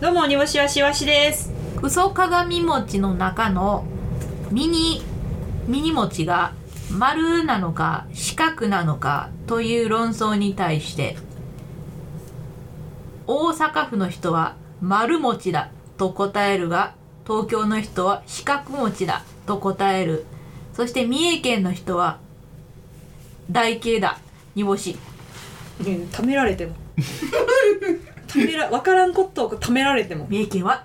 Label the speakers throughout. Speaker 1: どうも、にぼしわしわしです。
Speaker 2: クソ鏡餅の中のミニ、ミニ餅が丸なのか四角なのかという論争に対して、大阪府の人は丸餅だと答えるが、東京の人は四角餅だと答える。そして三重県の人は台形だ、煮干し。
Speaker 1: ねためられても。ためら、わからんことをためられても。
Speaker 2: 三重県は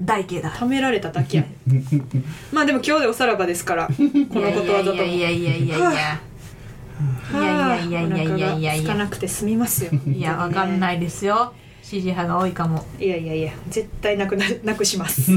Speaker 2: 台形だ。
Speaker 1: ためられただけや ね。まあでも今日でおさらばですから、このことわざとも。
Speaker 2: いやいやいやいやいや。いやいやいやいやいや
Speaker 1: お腹が空
Speaker 2: いや
Speaker 1: かなくて済みますよ。
Speaker 2: いや、わかんないですよ。支持派が多いかも。
Speaker 1: いやいやいや、絶対なくな、なくし ます。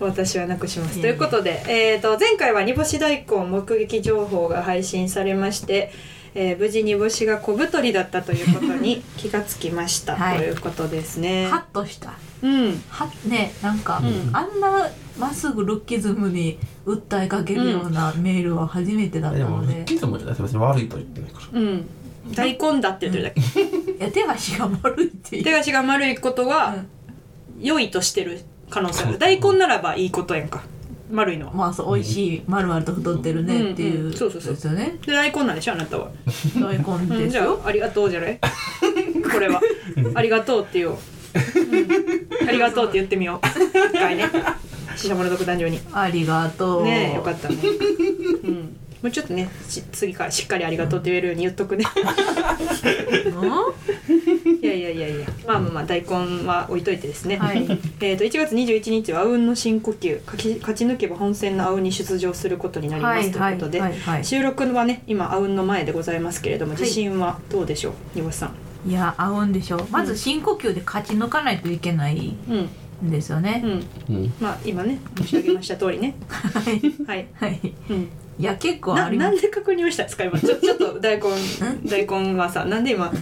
Speaker 1: 私はなくします。
Speaker 2: い
Speaker 1: と
Speaker 2: や
Speaker 1: い
Speaker 2: いうや
Speaker 1: ことで、えー、と前回は煮干し大根目撃情報が配信されまして、えー無事煮干しが小太りだったということ に気がつきました、
Speaker 2: はい
Speaker 1: ということですね
Speaker 2: ハ。ッとした。
Speaker 1: うん、
Speaker 2: はねなんか、
Speaker 1: うん
Speaker 2: あんなまっすぐルッキズムに訴えかけるようなメールは初めてだった
Speaker 3: で
Speaker 2: の
Speaker 3: もルッ
Speaker 2: で、
Speaker 3: キズムじゃない別に悪いとは言ってないから
Speaker 1: うん、大根だって言ってるだけ。
Speaker 2: いや手足が丸いって
Speaker 1: 手
Speaker 2: いう
Speaker 1: 足が丸いことは、
Speaker 2: うん
Speaker 1: 良いとしてる可能性あ
Speaker 3: そ
Speaker 1: る。
Speaker 3: う
Speaker 1: 大根ならばいいことやんか。丸いのは。
Speaker 2: まあそう美味しい丸々と太ってるねっていううん
Speaker 1: うんそうそうそう
Speaker 2: ですよね
Speaker 1: で大根なんでしょあなたは。
Speaker 2: 大根
Speaker 1: う
Speaker 2: で
Speaker 1: ん、
Speaker 2: す
Speaker 1: じゃ
Speaker 2: よ、
Speaker 1: あありがとうじゃ ないこれはありがとうって言おう、うんありがとうって言ってみよう一回ね死者もの独壇場に
Speaker 2: ありがとう
Speaker 1: ねえよかったね、うん、もうちょっとねし次からしっかりありがとうって言えるように言っとくね
Speaker 2: うん
Speaker 1: いやいやいやいやまあまあまあ大根は置いといてですね、
Speaker 2: はい
Speaker 1: えー、と1月21日はあうんの深呼吸勝ち勝ち抜けば本戦のあうんに出場することになりま
Speaker 2: は
Speaker 1: す
Speaker 2: い
Speaker 1: とい
Speaker 2: は
Speaker 1: う
Speaker 2: い
Speaker 1: こと
Speaker 2: は
Speaker 1: で、
Speaker 2: いはい
Speaker 1: 収録はね今あうんの前でございますけれども
Speaker 2: はい
Speaker 1: 自信はどうでしょう煮干しさん
Speaker 2: いや合うんでしょうまず深呼吸で勝ち抜かないといけない
Speaker 1: うん
Speaker 2: んですよね
Speaker 1: う、ん
Speaker 3: うん
Speaker 1: まあ今ね申し上げました通りね
Speaker 2: はい
Speaker 1: はい、
Speaker 2: はい
Speaker 1: うん、
Speaker 2: いや結構あ
Speaker 1: な
Speaker 2: りま
Speaker 1: な
Speaker 2: す
Speaker 1: んで確認をしたんですか今ちょ ちょっと大根大根はさなんで今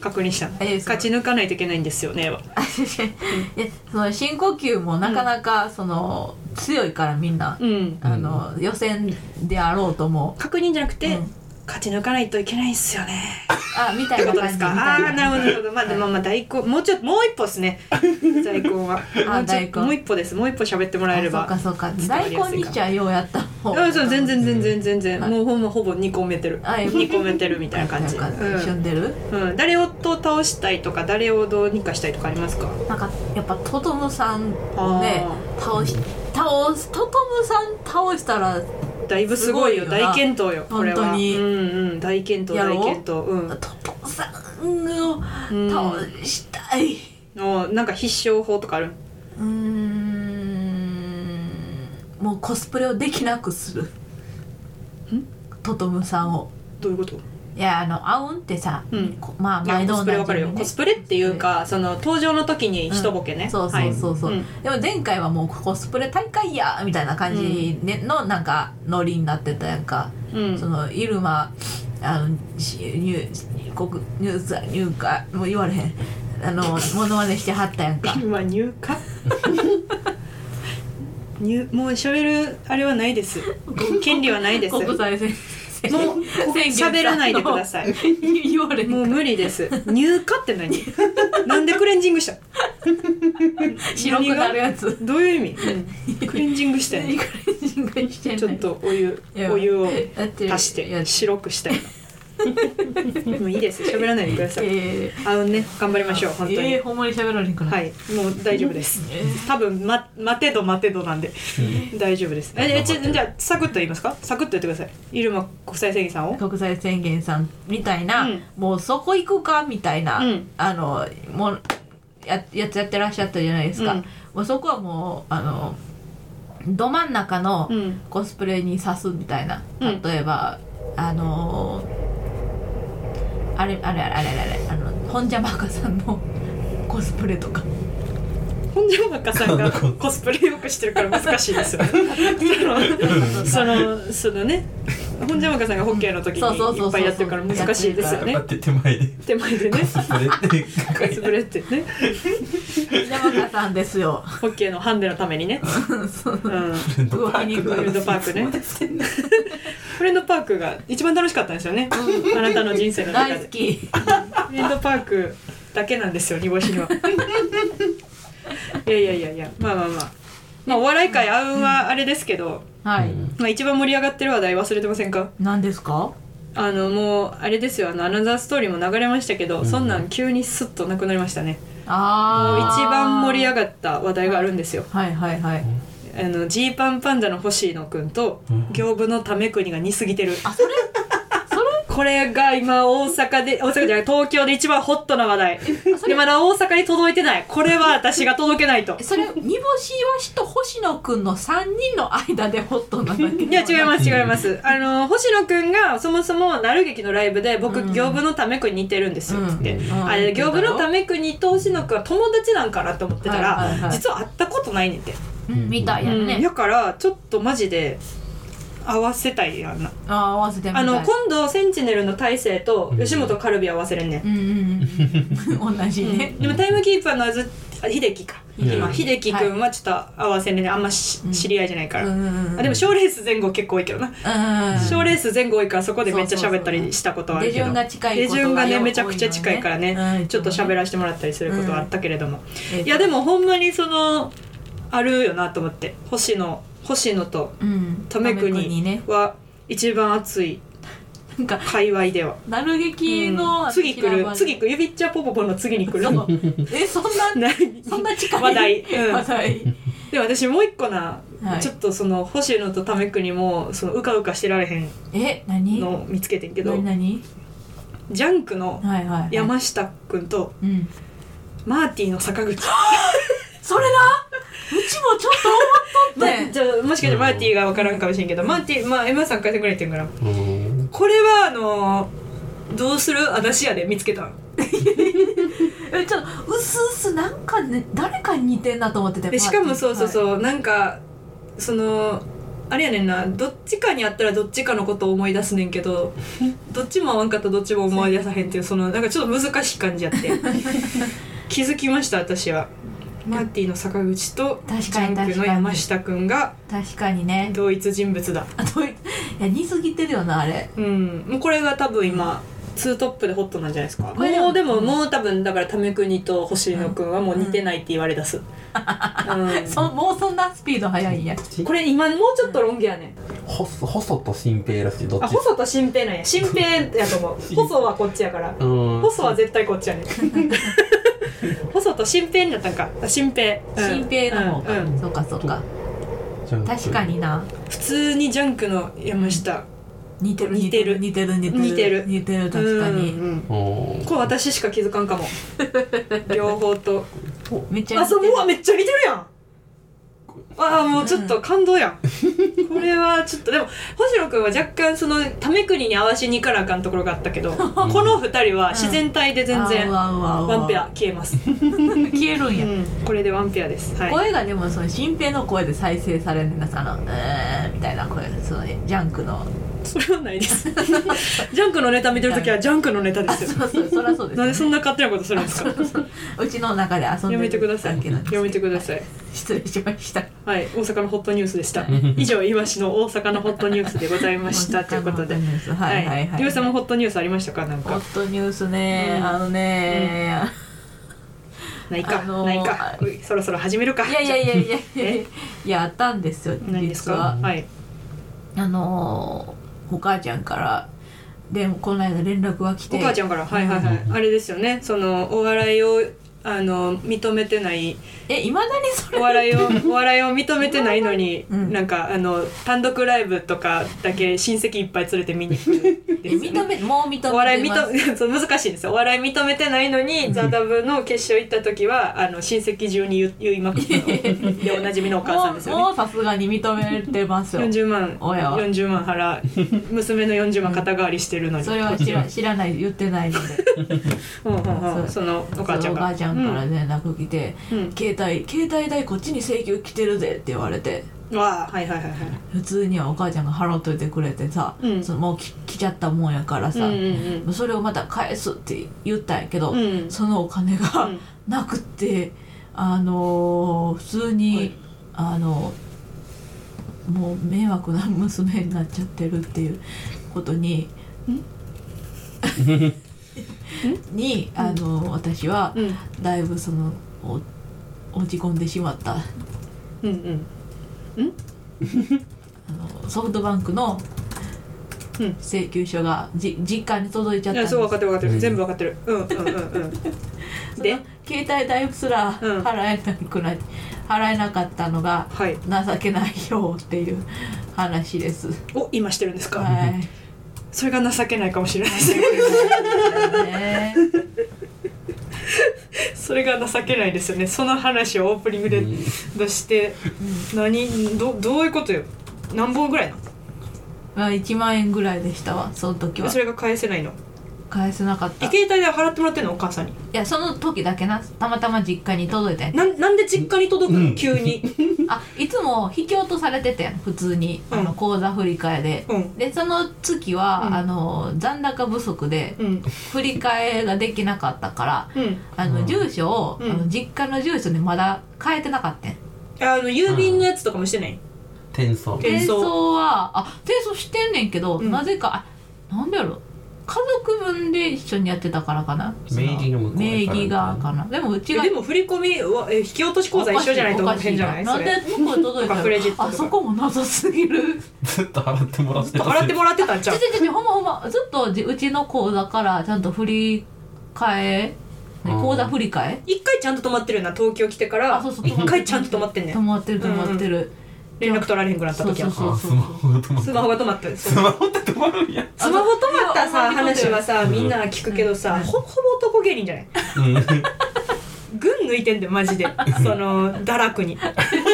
Speaker 1: 確認したの
Speaker 2: ええそう
Speaker 1: 勝ち抜かないといけないんですよねは
Speaker 2: いやその深呼吸もなかなかその強いからみんな
Speaker 1: うん
Speaker 2: あの、予選であろうとも、
Speaker 1: 確認じゃなくて、
Speaker 2: うん
Speaker 1: 勝ち抜かないといけないんすよね。
Speaker 2: あみた
Speaker 1: って
Speaker 2: いな
Speaker 1: こと
Speaker 2: 感
Speaker 1: で
Speaker 2: じ
Speaker 1: すか。
Speaker 2: みたい
Speaker 1: ああー、なるほど、なるほど、まあ、
Speaker 2: はい
Speaker 1: まあ、まあ、大根、もうちょっと、もう一歩です ね。大根は。もうちょ
Speaker 2: 大
Speaker 1: っ
Speaker 2: 根
Speaker 1: と、もう一歩です。もう一歩喋ってもらえれば。
Speaker 2: あそうかそうか
Speaker 1: 伝わりや
Speaker 2: 大
Speaker 1: す
Speaker 2: 根
Speaker 1: い
Speaker 2: に
Speaker 1: か
Speaker 2: しちゃようやった方
Speaker 1: あそう全然全然全然、
Speaker 2: はい
Speaker 1: もうほぼほぼ煮込めてる
Speaker 2: はい
Speaker 1: 煮込めてるみたいな感じ、
Speaker 2: よかったよかった一緒に出る、
Speaker 1: うんうん、誰をと倒したいとか誰をどうにかしたいとかありますか
Speaker 2: なんかやっぱトトムさんをね
Speaker 1: あ
Speaker 2: 倒し倒すトトムさん倒したら
Speaker 1: だいぶすごいよ
Speaker 2: すごいよな
Speaker 1: 大健闘よこれは
Speaker 2: 本当に
Speaker 1: うんうん、大健闘
Speaker 2: やろ
Speaker 1: 大
Speaker 2: う
Speaker 1: 健闘うん
Speaker 2: トトムさんを
Speaker 1: うん
Speaker 2: 倒したい
Speaker 1: おなんか必勝法とかある
Speaker 2: うーんもうコスプレをできなくするトトムさんを
Speaker 1: どういうこと
Speaker 2: いやあのアウンってさ、
Speaker 1: うん
Speaker 2: こまあ
Speaker 1: いや
Speaker 2: 毎度
Speaker 1: コ
Speaker 2: お
Speaker 1: スプ
Speaker 2: な
Speaker 1: レ
Speaker 2: じみ
Speaker 1: わかるよ
Speaker 2: ね
Speaker 1: コスプレっていうかその登場の時に一ボケね、
Speaker 2: そうそうそうそう、
Speaker 1: はいうん
Speaker 2: でも前回はもうコスプレ大会やみたいな感じ、ねのなんかノリになってたやんか、
Speaker 1: う、うん、
Speaker 2: その入間あのし入入国入社入会もう言われへんあのモノマネしてはったやんか
Speaker 1: 今入荷 入もう喋るあれはないです権利はないですも
Speaker 2: 国
Speaker 1: う
Speaker 2: 際選
Speaker 1: こ喋らないでください
Speaker 2: い言われへん
Speaker 1: もう無理です入荷って 何なんでクレンジングした
Speaker 2: 白くなるやつ
Speaker 1: どういう意味、うんクレンジングしたよ
Speaker 2: 何クレンジングしてん
Speaker 1: ち
Speaker 2: の
Speaker 1: ょっ
Speaker 2: に
Speaker 1: とお湯
Speaker 2: いや
Speaker 1: お湯を
Speaker 2: やってる
Speaker 1: 足し
Speaker 2: いや
Speaker 1: て
Speaker 2: い
Speaker 1: 白くしたいなもういいです喋らないでくださ
Speaker 2: や
Speaker 1: い
Speaker 2: いやいや
Speaker 1: あのね頑張りましょう本当に、
Speaker 2: ええほんまに喋られへんから
Speaker 1: はい、もう大丈夫です。多分、ま、待てど待てどなんで、大丈夫です。え、えちじゃあ、サクッと言いますかサクッと言ってください。入間国際正義さんを。
Speaker 2: 国際宣言さんみたいな、
Speaker 1: うん
Speaker 2: もうそこ行くかみたいな、
Speaker 1: うん
Speaker 2: あのもうややつやってらっしゃったじゃないですか、
Speaker 1: うん
Speaker 2: もうそこはもうあのど真ん中の
Speaker 1: うん
Speaker 2: コスプレに刺すみたいな、
Speaker 1: うん
Speaker 2: 例えばあのあれあれあれあれあれあの本邪魔かさんの コスプレとか
Speaker 1: 本庄若さんがコスプレよくしてるから難しい ですよね。 その、その、そのね、本庄若さんがホッケーの時
Speaker 2: そうそうそ
Speaker 1: に
Speaker 2: うそう
Speaker 1: いっぱいやってるから難しいです よ
Speaker 3: こうや
Speaker 1: ね
Speaker 3: っ。て手前で
Speaker 1: 手前でね、
Speaker 3: コスプレって
Speaker 1: コスプレってね、
Speaker 2: 本邪魔かさんですよ
Speaker 1: ホッケーのハンデのためにね。うん。
Speaker 2: 動きにく
Speaker 1: フレンドパークね。フレンドパークが一番楽しかったんですよね。あなたの人生の中で
Speaker 2: 大好。き
Speaker 1: フレンドパークだけなんですよ煮干しにはいやいやいやいやまあまあまあまあお笑い界あうんはあれですけど、
Speaker 2: はい、
Speaker 3: うん
Speaker 1: まあ、一番盛り上がってる話題忘れてませんか
Speaker 2: 何ですか
Speaker 1: あのもうあれですよあのアナザーストーリーも流れましたけど、
Speaker 3: うん
Speaker 1: そんなん急にスッとなくなりましたねもう
Speaker 2: ああ
Speaker 1: 一番盛り上がった話題があるんですよ
Speaker 2: はいはいはい
Speaker 1: あのジーパンパンダの星野くんと
Speaker 3: うん
Speaker 1: 行部のため国が似すぎてる
Speaker 2: あそれそれ
Speaker 1: これが今大阪で大阪じゃない東京で一番ホットな話題でまだ大阪に届いてないこれは私が届けないと
Speaker 2: それ煮干しわしと星野くんの3人の間でホットなだけ
Speaker 1: いや違いますす違いますあの星野くんがそもそもなる劇のライブで僕、
Speaker 2: うん
Speaker 1: 行部のため国似てるんですよって言って、
Speaker 3: うん
Speaker 1: あれ行部のため国と星野くんは友達なんかなと思ってたら、
Speaker 2: はいはいはい
Speaker 1: 実は会ったことないねんて、
Speaker 2: うんみたいや
Speaker 1: うん
Speaker 2: ね
Speaker 1: だからちょっとマジで合わせたいやんな
Speaker 2: あー合わせてみた
Speaker 1: あ
Speaker 2: い
Speaker 1: の今度センチネルの大勢と吉本カルビ合わせるねん
Speaker 2: うんうんうん 同じね
Speaker 1: でもタイムキーパーのあずあ秀樹か、
Speaker 3: うん
Speaker 1: 今秀樹君はちょっと合わせるねあんまし、
Speaker 2: うん
Speaker 1: 知り合いじゃないから、
Speaker 2: あ
Speaker 1: あでも賞ーレース前後結構多いけどな賞、ーレース前後多いからそこでめっちゃ喋ったりしたことはあ
Speaker 2: 手
Speaker 1: るけど
Speaker 2: 順が近い
Speaker 1: 手
Speaker 2: こと
Speaker 1: 順がね
Speaker 2: よ
Speaker 1: めちゃくちゃ近いからねちょっと喋らせてもらったりすることはあったけれども、いやで
Speaker 2: も
Speaker 1: もほんまにそのあるよなと思って星野星野とためくに
Speaker 2: ね
Speaker 1: は一番熱い
Speaker 2: なんか
Speaker 1: 界隈では。
Speaker 2: なる劇の
Speaker 1: うん次来
Speaker 2: 平
Speaker 1: る
Speaker 2: 場で
Speaker 1: 次来る指っちゃぽぽぽの次に来る
Speaker 2: えそんな
Speaker 1: な
Speaker 2: そんな近い
Speaker 1: 話題うん
Speaker 2: 話題
Speaker 1: でも私もう一個な、
Speaker 2: はい
Speaker 1: ちょっとその星野とためくにもそのうかうかしてられへん
Speaker 2: え何
Speaker 1: のを見つけてんけど
Speaker 2: 何何
Speaker 1: ジャンクの
Speaker 2: はいはいはい
Speaker 1: 山下くんと
Speaker 2: うん
Speaker 1: マーティの坂口、
Speaker 2: それなうちもちょっと思っとって
Speaker 1: まじゃあもしかしてマーティが分からんかもしれんけど、マーティまあ M さん書いてくれてんから
Speaker 3: うん
Speaker 1: これはあのどうする私やで見つけた
Speaker 2: え ちょっとうすうすなんかね誰かに似てんなと思ってて
Speaker 1: でしかも
Speaker 2: パーティー
Speaker 1: そうそうそう、なんかそのあれやねんなどっちかにあったらどっちかのことを思い出すねんけ どどっちも合わんかったらどっちも思い出さへんっていうそのなんかちょっと難しい感じやって 気づきました私はマーティの坂口とジ
Speaker 2: 確か
Speaker 1: ャ
Speaker 2: に
Speaker 1: ンク
Speaker 2: 確
Speaker 1: の
Speaker 2: か
Speaker 1: 山
Speaker 2: に
Speaker 1: 下くんが
Speaker 2: 確かにね
Speaker 1: 同一人物だ
Speaker 2: あといや似すぎてるよなあれ
Speaker 1: うんもうこれが多分今ツートップでホットなんじゃないですか
Speaker 2: これでも
Speaker 1: もうでももう多分だから為国と星野くんはもう似てないって言われ出す、うん
Speaker 2: そもうそんなスピード速いんや
Speaker 1: これ今もうちょっとロン毛やねん
Speaker 3: ほ細と新平らしいどっ
Speaker 1: あ
Speaker 3: ち
Speaker 1: 細と新平なんや新平やと思 う細はこっちやから
Speaker 3: うん
Speaker 1: 細は絶対こっちやね細と新平になったんかあ新平うん
Speaker 2: 新平の方か、
Speaker 1: うんうん
Speaker 2: そうかそうか
Speaker 3: ジャンク
Speaker 2: 確かにな
Speaker 1: 普通にジャンクの山下
Speaker 2: 似てる
Speaker 1: 似てる
Speaker 2: 似てる似てる
Speaker 1: 似てる
Speaker 2: 似てる確か
Speaker 1: う
Speaker 2: に
Speaker 1: んうん
Speaker 3: うん
Speaker 1: これ私しか気づかん かも両方と
Speaker 2: めっちゃ
Speaker 1: あ
Speaker 2: 似て
Speaker 1: そう
Speaker 2: る
Speaker 1: うわめっちゃ似てるやんああもうちょっと感動やんこれはちょっとでも星野くんは若干そのため国に合わしに行かなあかんところがあった けどこの二人は自然体で全然
Speaker 2: あうわうわうわ
Speaker 1: ワンペア消えます。
Speaker 2: 消えるんや、
Speaker 1: これでワンペアです。はい。
Speaker 2: 声がでもその新平の声で再生されるんだあのうーんみたいな声そのジャンクの
Speaker 1: それはないです。 ジャンクのネタ見てるときはジャンクのネタで
Speaker 2: あ
Speaker 1: すよ。
Speaker 2: そうそうそりゃそうです、ね、
Speaker 1: なんでそんな勝手なことするんですか。
Speaker 2: うちの中で遊んでる
Speaker 1: やめてください。
Speaker 2: だけなんです
Speaker 1: やめてください。
Speaker 2: 失礼しま した
Speaker 1: はい、大阪のホットニュースでした
Speaker 3: ん。
Speaker 1: 以上、今しの大阪のホットニュースでございま したということで
Speaker 2: ホット。ニュースはいはいはい
Speaker 1: りょうさんもホットニュースありましたか、なん
Speaker 2: ホ
Speaker 1: か。
Speaker 2: ットニュースね、
Speaker 1: うん
Speaker 2: あのね、
Speaker 1: ないか、
Speaker 2: あのー
Speaker 1: ないか。ういそろそろ始めるか。
Speaker 2: いやいやいやいやいや
Speaker 1: え
Speaker 2: いやあったんですよ
Speaker 1: 何です
Speaker 2: 実
Speaker 1: か
Speaker 2: は。
Speaker 1: はい。
Speaker 2: あのーお母ちゃんからでもこの間連絡が来て
Speaker 1: お母ちゃんから、はいはいはい。あれですよね、そのお笑いを、あの、認めてない。
Speaker 2: えいまだにそれ
Speaker 1: お笑いをお笑いを認めてないのに、
Speaker 2: うん
Speaker 1: なんかあの単独ライブとかだけ親戚いっぱい連れて見に行くん
Speaker 2: え
Speaker 1: ですよね
Speaker 2: 認めもう認めてます
Speaker 1: お笑い認め そう難しいんですよお笑い認めてないのに「ザ・ダブの決勝行った時はあの親戚中に言う言いまくったの でおなじみのお母さんです
Speaker 2: もう
Speaker 1: よ
Speaker 2: もうさすがに認めてま すよ
Speaker 1: ね40万
Speaker 2: 親は
Speaker 1: 40万払う娘の40万肩代わりしてるのに
Speaker 2: それは知ら知らない言ってないので
Speaker 1: うんうんうん
Speaker 2: そ
Speaker 1: そのお母ちゃん
Speaker 2: お
Speaker 1: が
Speaker 2: 母ちゃんから連絡来て、
Speaker 1: うん
Speaker 2: 携帯携帯代こっちに請求来てるぜって言われて
Speaker 1: うんわあはいはいはいはい
Speaker 2: 普通にはお母ちゃんが払っといてくれてさ、
Speaker 1: うん
Speaker 2: そのもうき来ちゃったもんやから
Speaker 1: うん
Speaker 2: さ、それをまた返すって言ったんやけど、
Speaker 1: うんうんうん
Speaker 2: そのお金
Speaker 1: う
Speaker 2: が
Speaker 1: ん
Speaker 2: なくって、あのー普通に、
Speaker 1: はい
Speaker 2: あのもう迷惑な娘になっちゃってるっていうことに。 にあの私は
Speaker 1: うん
Speaker 2: だいぶそのお落ち込んでしまった
Speaker 1: うんうん
Speaker 2: あのソフトバンクの
Speaker 1: うん
Speaker 2: 請求書がじ実家に届いちゃっ
Speaker 1: いや
Speaker 2: たんです
Speaker 1: そう分かってる分かってる、
Speaker 3: うん
Speaker 1: 全部分かってるうんうんうん うんで
Speaker 2: その携帯代すら
Speaker 1: うん
Speaker 2: 払えなくな、払えなかったのが
Speaker 1: はい
Speaker 2: 情けないよっていう話です
Speaker 1: お今してるんですか、
Speaker 2: はい
Speaker 1: それが情けないかもしれないです
Speaker 2: ね
Speaker 1: それが情けないですよねその話をオープニングで
Speaker 3: うん
Speaker 1: 出して、何どどういうことよ何本ぐらいなの
Speaker 2: まあ1万円ぐらいでしたわその時は
Speaker 1: それが返せないの
Speaker 2: 返せなかった
Speaker 1: え
Speaker 2: い
Speaker 1: 携帯で払ってもらってんのお母さんに
Speaker 2: やその時だけなたまたま実家に届いたんや
Speaker 1: なんなんで実家に届くの急に
Speaker 2: あいつも引き落とされててん普通に、
Speaker 1: うん
Speaker 2: あの口座振り替えで
Speaker 1: うん
Speaker 2: でその月は、
Speaker 1: うん
Speaker 2: あの残高不足で
Speaker 1: うん
Speaker 2: 振り替えができなかったから
Speaker 1: うん
Speaker 2: あの、
Speaker 3: うん
Speaker 2: 住所を、
Speaker 1: うん
Speaker 2: あの実家の住所にまだ変えてなかったん
Speaker 1: あの郵便のやつとかもしてない
Speaker 3: 転送
Speaker 1: え転
Speaker 2: 転
Speaker 1: 送
Speaker 2: 送はあ転送してんねんけど、
Speaker 1: うん
Speaker 2: なぜかあなんでやろ家族分で一緒にやってたからかな
Speaker 3: 名義が向こうやから
Speaker 2: 名義がかなでもうち
Speaker 1: え
Speaker 2: が
Speaker 1: でも振り込みはえ引き落とし口座一緒じゃないと
Speaker 2: おかし
Speaker 1: 変じゃない
Speaker 2: な
Speaker 1: そ
Speaker 2: ん
Speaker 1: れ
Speaker 2: で向こう届
Speaker 1: と
Speaker 2: いたの
Speaker 1: かクレジットとか
Speaker 2: あそこも謎すぎる
Speaker 3: ずっと払ってもらってた
Speaker 1: 払ってもらってたんち
Speaker 2: ちょ
Speaker 1: ゃう
Speaker 2: ちょちょちょほんまほんまずっとじうちの口座からちゃんと振り替え
Speaker 3: うん
Speaker 2: 口座振り替え
Speaker 1: 一回ちゃんと止まってるよな東京来てから
Speaker 2: あそうそう
Speaker 1: 一回ちゃんと止まってんね
Speaker 2: 止まってる止まってる、
Speaker 1: 連絡取られへんくなった時は
Speaker 2: そう
Speaker 3: あスマホが止まって
Speaker 1: スマホが止まってるそう
Speaker 3: スマホって止まるん や
Speaker 1: スマホ止まったさ
Speaker 2: いや同
Speaker 1: 話
Speaker 2: じことよ
Speaker 1: はさみんな聞くけど
Speaker 2: う
Speaker 1: さ
Speaker 2: ん
Speaker 1: ほほぼ男芸人じゃない
Speaker 3: うん
Speaker 1: 群抜いてんだよマ ジでその堕落に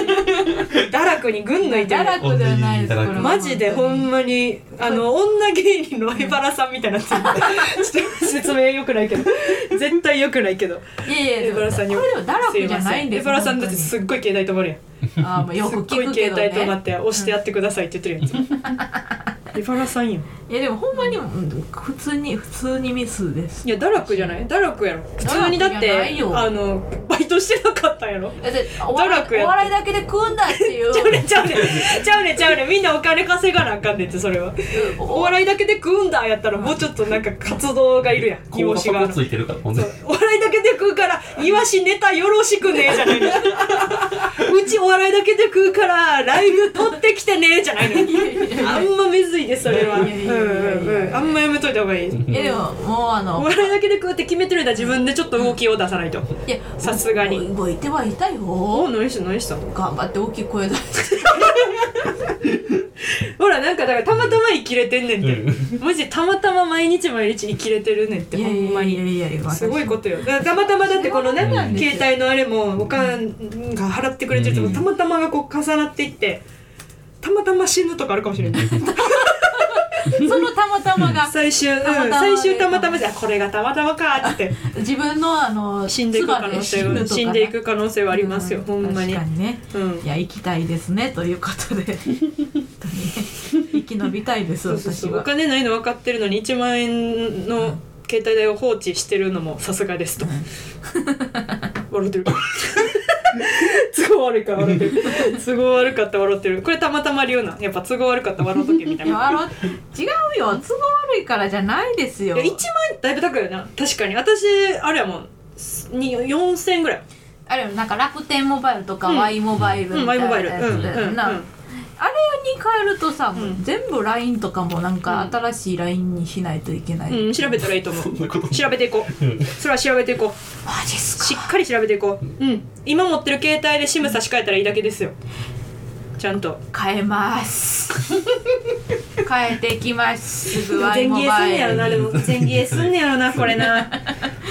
Speaker 1: 堕落に群抜いて
Speaker 2: 堕
Speaker 1: る
Speaker 2: 落じゃないですこれは
Speaker 1: マジでほん
Speaker 2: 本
Speaker 1: まにあの女芸人の相原さんみたいになってる ちょっと説明良くないけど絶対良くないけど
Speaker 2: 当にいやい
Speaker 1: エ
Speaker 2: や
Speaker 1: バラさんに
Speaker 2: これでも堕落じゃないんです
Speaker 1: エバラさんだってす
Speaker 2: 本
Speaker 1: っごい携帯止まるやん
Speaker 2: 当にあーまあよ
Speaker 1: す
Speaker 2: く
Speaker 1: っ
Speaker 2: 聞
Speaker 1: ごい
Speaker 2: くけ
Speaker 1: 携
Speaker 2: ど
Speaker 1: 帯止ま
Speaker 2: ね
Speaker 1: って押してやってくださいって言ってるやつエバラさんやん
Speaker 2: いやでもほんまにうん普通に普通にミスです
Speaker 1: いや堕落じゃない堕落やろ普通にだっ
Speaker 2: 堕落じゃ
Speaker 1: て
Speaker 2: ないよ
Speaker 1: あのバイトしてなかったんやろ
Speaker 2: だってお笑
Speaker 1: 堕落やって
Speaker 2: いお笑いだけで食うんだってい
Speaker 1: ちゃう
Speaker 2: う
Speaker 1: ねんちゃうねんちゃうねんちゃうねんみんなお金稼がなあかんねんってそれはお
Speaker 2: お
Speaker 1: 笑いだけで食うんだやったらもうちょっとなんか活動がいるやん煮
Speaker 3: こ
Speaker 1: 干
Speaker 3: う
Speaker 1: し
Speaker 3: そ
Speaker 1: が
Speaker 3: こついてるからほんで
Speaker 1: そうお笑いだけで食うからイワシネタよろしくねえじゃないのうちお笑いだけで食うからライブ撮ってきてねえじゃないのあんまめずいでそれはうん
Speaker 2: いやいやいやいや
Speaker 1: うんうんあんまやめといた方がいい
Speaker 2: いやでももうあ
Speaker 1: お
Speaker 2: の
Speaker 1: 笑いだけで食うって決めてるんだ自分でちょっと動きを出さないと
Speaker 2: いや
Speaker 1: さすがに
Speaker 2: 動いてはいた
Speaker 1: お
Speaker 2: よ
Speaker 1: 何した何した
Speaker 2: 頑張って大きい声出して
Speaker 1: ほらなんかだからたまたま生きれてんねんって、 マジでたまたま毎日毎日生きれてるねんってほんまに
Speaker 2: いやいや
Speaker 1: すごいことよだからたまたまだってこのね
Speaker 2: そう
Speaker 3: なんです
Speaker 2: よ
Speaker 1: 携帯のあれもおかんが払ってくれてると
Speaker 3: うん
Speaker 1: たまたまがこう重なっていってたまたま死ぬとかあるかもしれない
Speaker 2: 私そのたまたまが
Speaker 1: 最終、うん
Speaker 2: たまたまで
Speaker 1: 最終たまたまじゃあこれがたまたまかーって
Speaker 2: 自分のあの
Speaker 1: 死んでいく可能性
Speaker 2: 唾
Speaker 1: は
Speaker 2: で
Speaker 1: 死んでい
Speaker 2: とかね
Speaker 1: く可能性はありますよ、
Speaker 2: う
Speaker 1: ほんまに
Speaker 2: 確かにね
Speaker 1: うん
Speaker 2: いや行きたいですねということ で本当に生き延びたいです
Speaker 1: そうそう
Speaker 2: 私
Speaker 1: そうお
Speaker 2: は
Speaker 1: 金ないの分かってるのに1万円の携帯代を放置してるのもさすがですと、 笑ってる 都合悪いから笑 ってる都合悪かったら笑ってるこれたまたま理由なんやっぱ都合悪かったら笑うとけみたい
Speaker 2: い
Speaker 1: な
Speaker 2: やあの違うよ都合悪いからじゃないですよ
Speaker 1: いや1万円だいぶ高いよな確かに私あれやもんに4000円ぐらい、
Speaker 2: あれなんか楽天モバイルとか
Speaker 1: うん
Speaker 2: Y モバイル
Speaker 1: うん、
Speaker 2: み
Speaker 1: マイ
Speaker 2: たい
Speaker 1: モ
Speaker 2: な
Speaker 1: バイルう
Speaker 2: や
Speaker 1: ん
Speaker 2: つ
Speaker 1: うん
Speaker 2: で
Speaker 1: うん
Speaker 2: なあれに変えるとさ、もううん全部 LINE とかもなんか
Speaker 1: うん
Speaker 2: 新しい LINE にしないといけない、
Speaker 1: うん、調べたらいいと思
Speaker 3: そん
Speaker 1: う
Speaker 3: なこと
Speaker 1: 調べていこ
Speaker 3: うん
Speaker 1: うそれは調べていこ
Speaker 2: マジっす
Speaker 1: う
Speaker 2: か
Speaker 1: しっかり調べていこううん今持ってる携帯で SIM 差し替えたらいいだけですよちゃんと
Speaker 2: 変えます 変えていきますすぐ Y
Speaker 1: 前
Speaker 2: モ
Speaker 1: 芸す
Speaker 2: バ
Speaker 1: んね
Speaker 2: イ
Speaker 1: やろ
Speaker 2: ル
Speaker 1: なでも 前芸すんねやろなこれな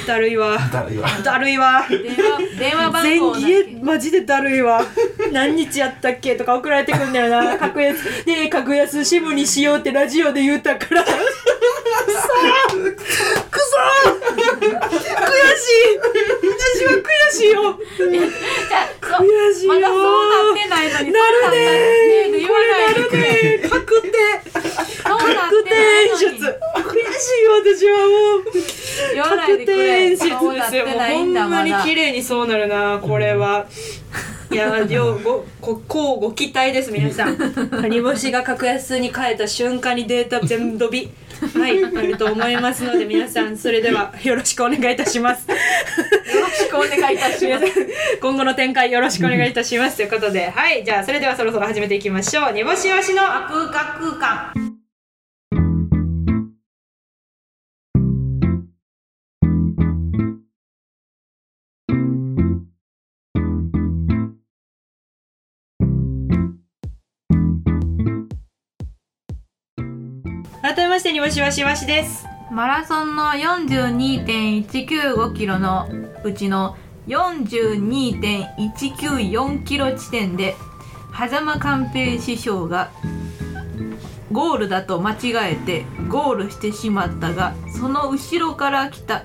Speaker 1: だるいわ
Speaker 3: だるいわ
Speaker 1: だるいわ
Speaker 2: 電話電話
Speaker 1: 前
Speaker 2: 番号だ
Speaker 1: 芸
Speaker 2: け
Speaker 1: マジでだるいわ何日やったっけとか送られてくんだよ な格安で格安シムにしようってラジオで言うたからくそーくそー悔しい私は悔しい よ
Speaker 2: じゃあそう
Speaker 1: 悔しいよ
Speaker 2: まだそうなってないの
Speaker 1: な
Speaker 2: に
Speaker 1: るねー
Speaker 2: そうなんだね
Speaker 1: これなるねー確定
Speaker 2: そうなっ
Speaker 1: 確定演
Speaker 2: てないのに
Speaker 1: 出悔しいよ私はもう
Speaker 2: 言わない
Speaker 1: 確定演出
Speaker 2: でくれ
Speaker 1: です
Speaker 2: そうなって
Speaker 1: よ。もう
Speaker 2: ない
Speaker 1: ほ
Speaker 2: んだ
Speaker 1: んま
Speaker 2: ま
Speaker 1: に
Speaker 2: だ
Speaker 1: 綺麗にそうなるな、これは。いや、ようご、こ、こうご期待です、皆さん。煮干しが格安に変えた瞬間にデータ全飛び。はい、あると思いますので、皆さん、それではよろしくお願いいたします。
Speaker 2: よろ思考で書いた し
Speaker 1: 皆さん今後の展開よろしくお願いいたしますということ ではいじゃあそれではそろそろ始めていきましょう煮干しわしの
Speaker 2: あ空間空間
Speaker 1: 改めまして煮干しわしわしです
Speaker 2: マラソンの42.195キロのうちの42.194キロ地点で狭間寛平師匠がゴールだと間違えてゴールしてしまったがその後ろから来た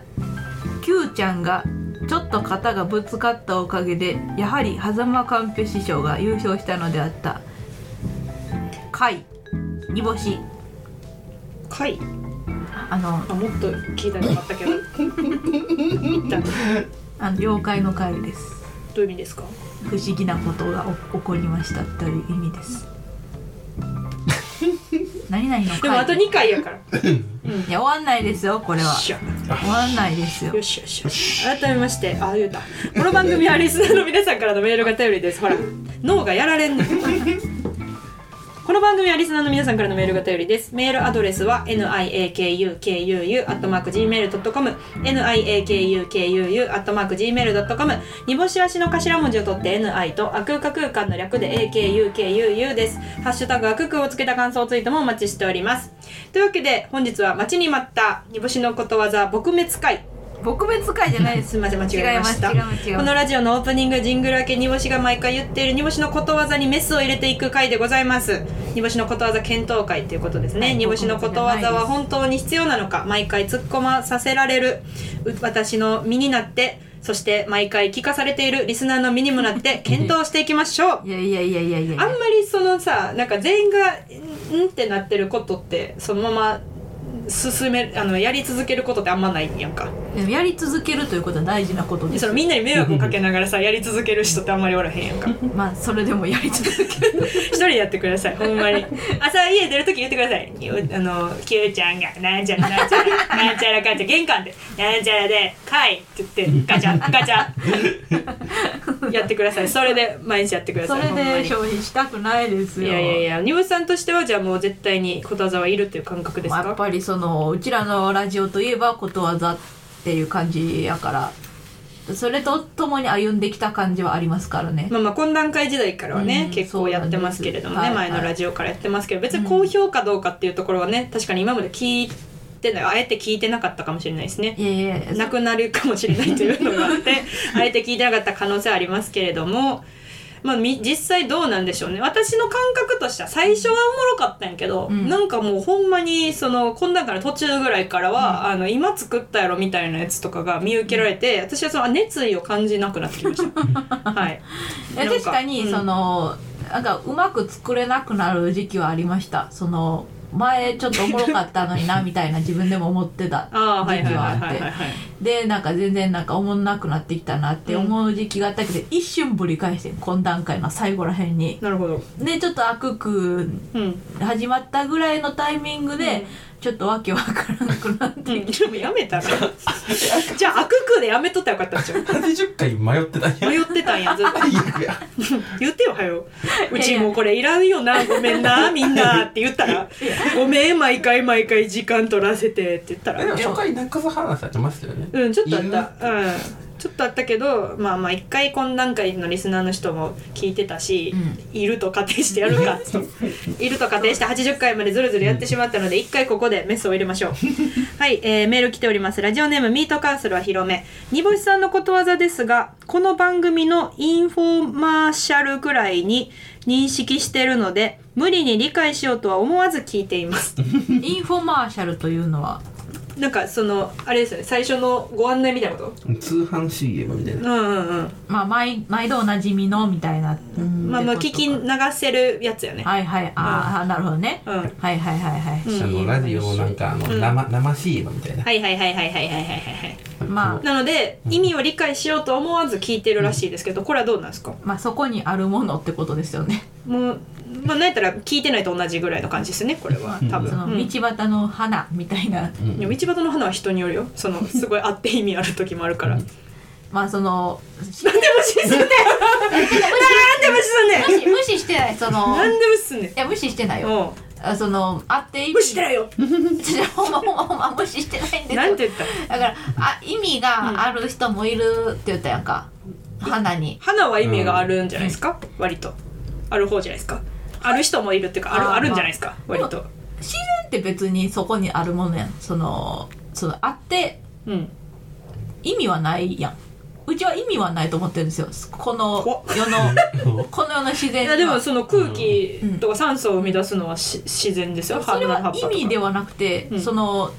Speaker 2: Q ちゃんがちょっと肩がぶつかったおかげでやはり狭間寛平師匠が優勝したのであった回煮干し
Speaker 1: はい
Speaker 2: あの
Speaker 1: あもっと聞いたらよかったけど一 旦ど
Speaker 2: あの妖怪の回です
Speaker 1: ういう意味ですか
Speaker 2: 不思議なことが起起こりましたという意味です。何々の回
Speaker 1: でもあと2回やから、うん、よ
Speaker 2: いや終わんないですよこれ
Speaker 1: っ
Speaker 2: は
Speaker 1: しゃ
Speaker 2: 終わんないですよ
Speaker 1: よ。しよしよし改めましてあ言うたこの番組はリスナーの皆さんからのメールが頼りですほら脳がやられんねんこの番組はリスナーの皆さんからのメールが頼りです。メールアドレスは niakukuu.gmail.com niakukuu.gmail.com 煮干し足の頭文字を取って ni とあくうか空間の略で akukuu です。ハッシュタグあくくをつけた感想ツイートもお待ちしております。というわけで本日は待ちに待った煮干しのことわざ撲滅会
Speaker 2: 撲滅回じゃないです。
Speaker 1: すみません間違えました
Speaker 2: 違います違います
Speaker 1: このラジオのオープニングジングル明け煮干しが毎回言っている煮干しのことわざにメスを入れていく回でございます煮干しのことわざ検討会ということです
Speaker 2: は
Speaker 1: ね
Speaker 2: い
Speaker 1: 煮干しのことわざは本当に必要なのか毎回突っ込まさせられるう私の身になってそして毎回聞かされているリスナーの身にもな って検討していきましょう
Speaker 2: いやいやいやいやいやい
Speaker 1: あん
Speaker 2: や。
Speaker 1: まりそのさなんか全員がんんってなってることってそのまま進めあのやり続けることってあんまないんやんか
Speaker 2: でもやり続けるということは大事なことで
Speaker 1: そ
Speaker 2: す
Speaker 1: の。みんなに迷惑をかけながら さやり続ける人ってあんまりおらへんやんか
Speaker 2: まあそれでもやり続ける。
Speaker 1: 一人でやってくださいほんまに朝家出る時言ってくださいよあの Q ちゃんがなんちゃらなんちゃらなんちゃらかんちゃ玄関でなんちゃらで「かい」って言ってガチャガチャ やってくださいそれで毎日やってくだ
Speaker 2: そ
Speaker 1: さい
Speaker 2: れ
Speaker 1: ほんま
Speaker 2: で
Speaker 1: に
Speaker 2: 消費したくないですよ。
Speaker 1: いやいやいやニムさんとしてはじゃあもう絶対にことわざはいるっていう感覚です
Speaker 2: まあやっ
Speaker 1: か
Speaker 2: ぱりそのうちらのラジオといえばことわざっていう感じやから、それとともに歩んできた感じはありますからね。
Speaker 1: まあまあ懇談会時代からはね、
Speaker 2: うん
Speaker 1: 結構やってますけれどもね、
Speaker 2: そうなんです
Speaker 1: 前のラジオからやってますけど別に好評かどうかっていうところはね確かに今まで聞いてないあえて聞いてなかったかもしれないですね
Speaker 2: いやいやいや。
Speaker 1: なくなるかもしれないというのがあって あえて聞いてなかった可能性はありますけれども。まあ、み実際どうなんでしょうね私の感覚としては最初はおもろかったんやけど、
Speaker 2: うん
Speaker 1: なんかもうほんまにそのこん中の途中ぐらいからは、あの今作ったやろみたいなやつとかが見受けられて、私はその熱意を感じなくなってきました はい
Speaker 2: いや
Speaker 1: なん
Speaker 2: 確かに
Speaker 1: うん
Speaker 2: その、なんかうまく作れなくなる時期はありましたその前ちょっとおもろかったのになみた いな自分でも思ってた
Speaker 1: ああはいは
Speaker 2: 時期
Speaker 1: い
Speaker 2: は
Speaker 1: は
Speaker 2: あ
Speaker 1: いは
Speaker 2: っ
Speaker 1: いはい
Speaker 2: てでなんか全然なんかおもんなくなってきたなって思う時期があったけど、一瞬ぶり返して懇談会の最後らへんに
Speaker 1: なるほど
Speaker 2: でちょっと悪く
Speaker 1: うん
Speaker 2: 始まったぐらいのタイミングで、
Speaker 1: うん
Speaker 2: ちょっとわけわからなくな って、
Speaker 1: うん、でもやめ たらじゃあ悪空でやめとったらよかったんちゃう
Speaker 3: 80回迷ってたんや
Speaker 1: 迷ってたんやずっと
Speaker 3: いやいや
Speaker 1: 言ってよはようちもうこれいらんよなごめんなみんなって言ったらごめん毎回毎回時間取らせてって言った
Speaker 3: えでも
Speaker 1: ら
Speaker 3: 初回中澤話されてましたよね
Speaker 1: うんちょっとあったうんちょっとあったけどまあまあ一回懇談会のリスナーの人も聞いてたし、
Speaker 2: う
Speaker 1: いると仮定してやる かいると仮定して80回までずるずるやってしまったので一回ここでメスを入れまし ょうはい、えーメール来ておりますラジオネームミートカーソルは広め煮干しさんのことわざですがこの番組のインフォマーシャルくらいに認識してるので無理に理解しようとは思わず聞いてい ます
Speaker 2: インフォマーシャルというのは
Speaker 1: なんかそのあれですよね最初のご案内みたいなこと
Speaker 3: 通販 CM みたい
Speaker 1: うん
Speaker 3: な
Speaker 1: うんうん
Speaker 2: まあ毎毎度おなじみのみたいな、うん
Speaker 1: まあまあ
Speaker 2: って
Speaker 1: 聞
Speaker 2: ことか
Speaker 1: き流せるやつよね
Speaker 2: はいはい、ああ、なるほどね。
Speaker 1: うんはい
Speaker 2: はいはいはいはい。
Speaker 3: あのラジオのなんかあの生生 CM みたいな
Speaker 1: はいはいはいはいはいはいはい
Speaker 2: まあ、
Speaker 1: なので意味を理解しようと思わず聞いてるらしいですけどこれはどうなんですか
Speaker 2: まあそこにあるものってことですよね。
Speaker 1: もうまあなんやったら聞いてないと同じぐらいの感じですねこれは多
Speaker 2: そ
Speaker 1: 分、
Speaker 2: の
Speaker 1: う
Speaker 2: 道
Speaker 1: ん
Speaker 2: 端の花みたいな。
Speaker 3: う ん
Speaker 1: でも道端の花は人によるよそのすごいあって意味ある時もあるから
Speaker 2: まあその
Speaker 1: なんで無視すんねんなんで無視すんねん
Speaker 2: 無視無視してないその
Speaker 1: ないんで無視すんねん
Speaker 2: や無視してないよ
Speaker 1: も
Speaker 2: あその会って
Speaker 1: う無視してないいよ
Speaker 2: 違う ほんまほんまほんま無視してないんですよ
Speaker 1: なんて言った
Speaker 2: だからあ意味がある人もいるって言ったやんか花に
Speaker 1: 花は意味があるんじゃないですか、割とある方じゃないですかある人もいるっていうかある
Speaker 2: あー
Speaker 1: あるんじゃないですか割と
Speaker 2: 自然って別にそこにあるものやんそのそのあって
Speaker 1: うん
Speaker 2: 意味はないやんうちは意味はないと思ってるんですよこの
Speaker 1: 怖っ
Speaker 2: 世のこの世の自
Speaker 1: い
Speaker 2: 然
Speaker 1: やでも
Speaker 2: は
Speaker 1: その空気とか酸素を生み出すのはし自然ですよ
Speaker 2: それ
Speaker 1: 花の葉
Speaker 2: は
Speaker 1: っぱと
Speaker 2: 意
Speaker 1: か
Speaker 2: 味ではなくて、
Speaker 1: うん
Speaker 2: その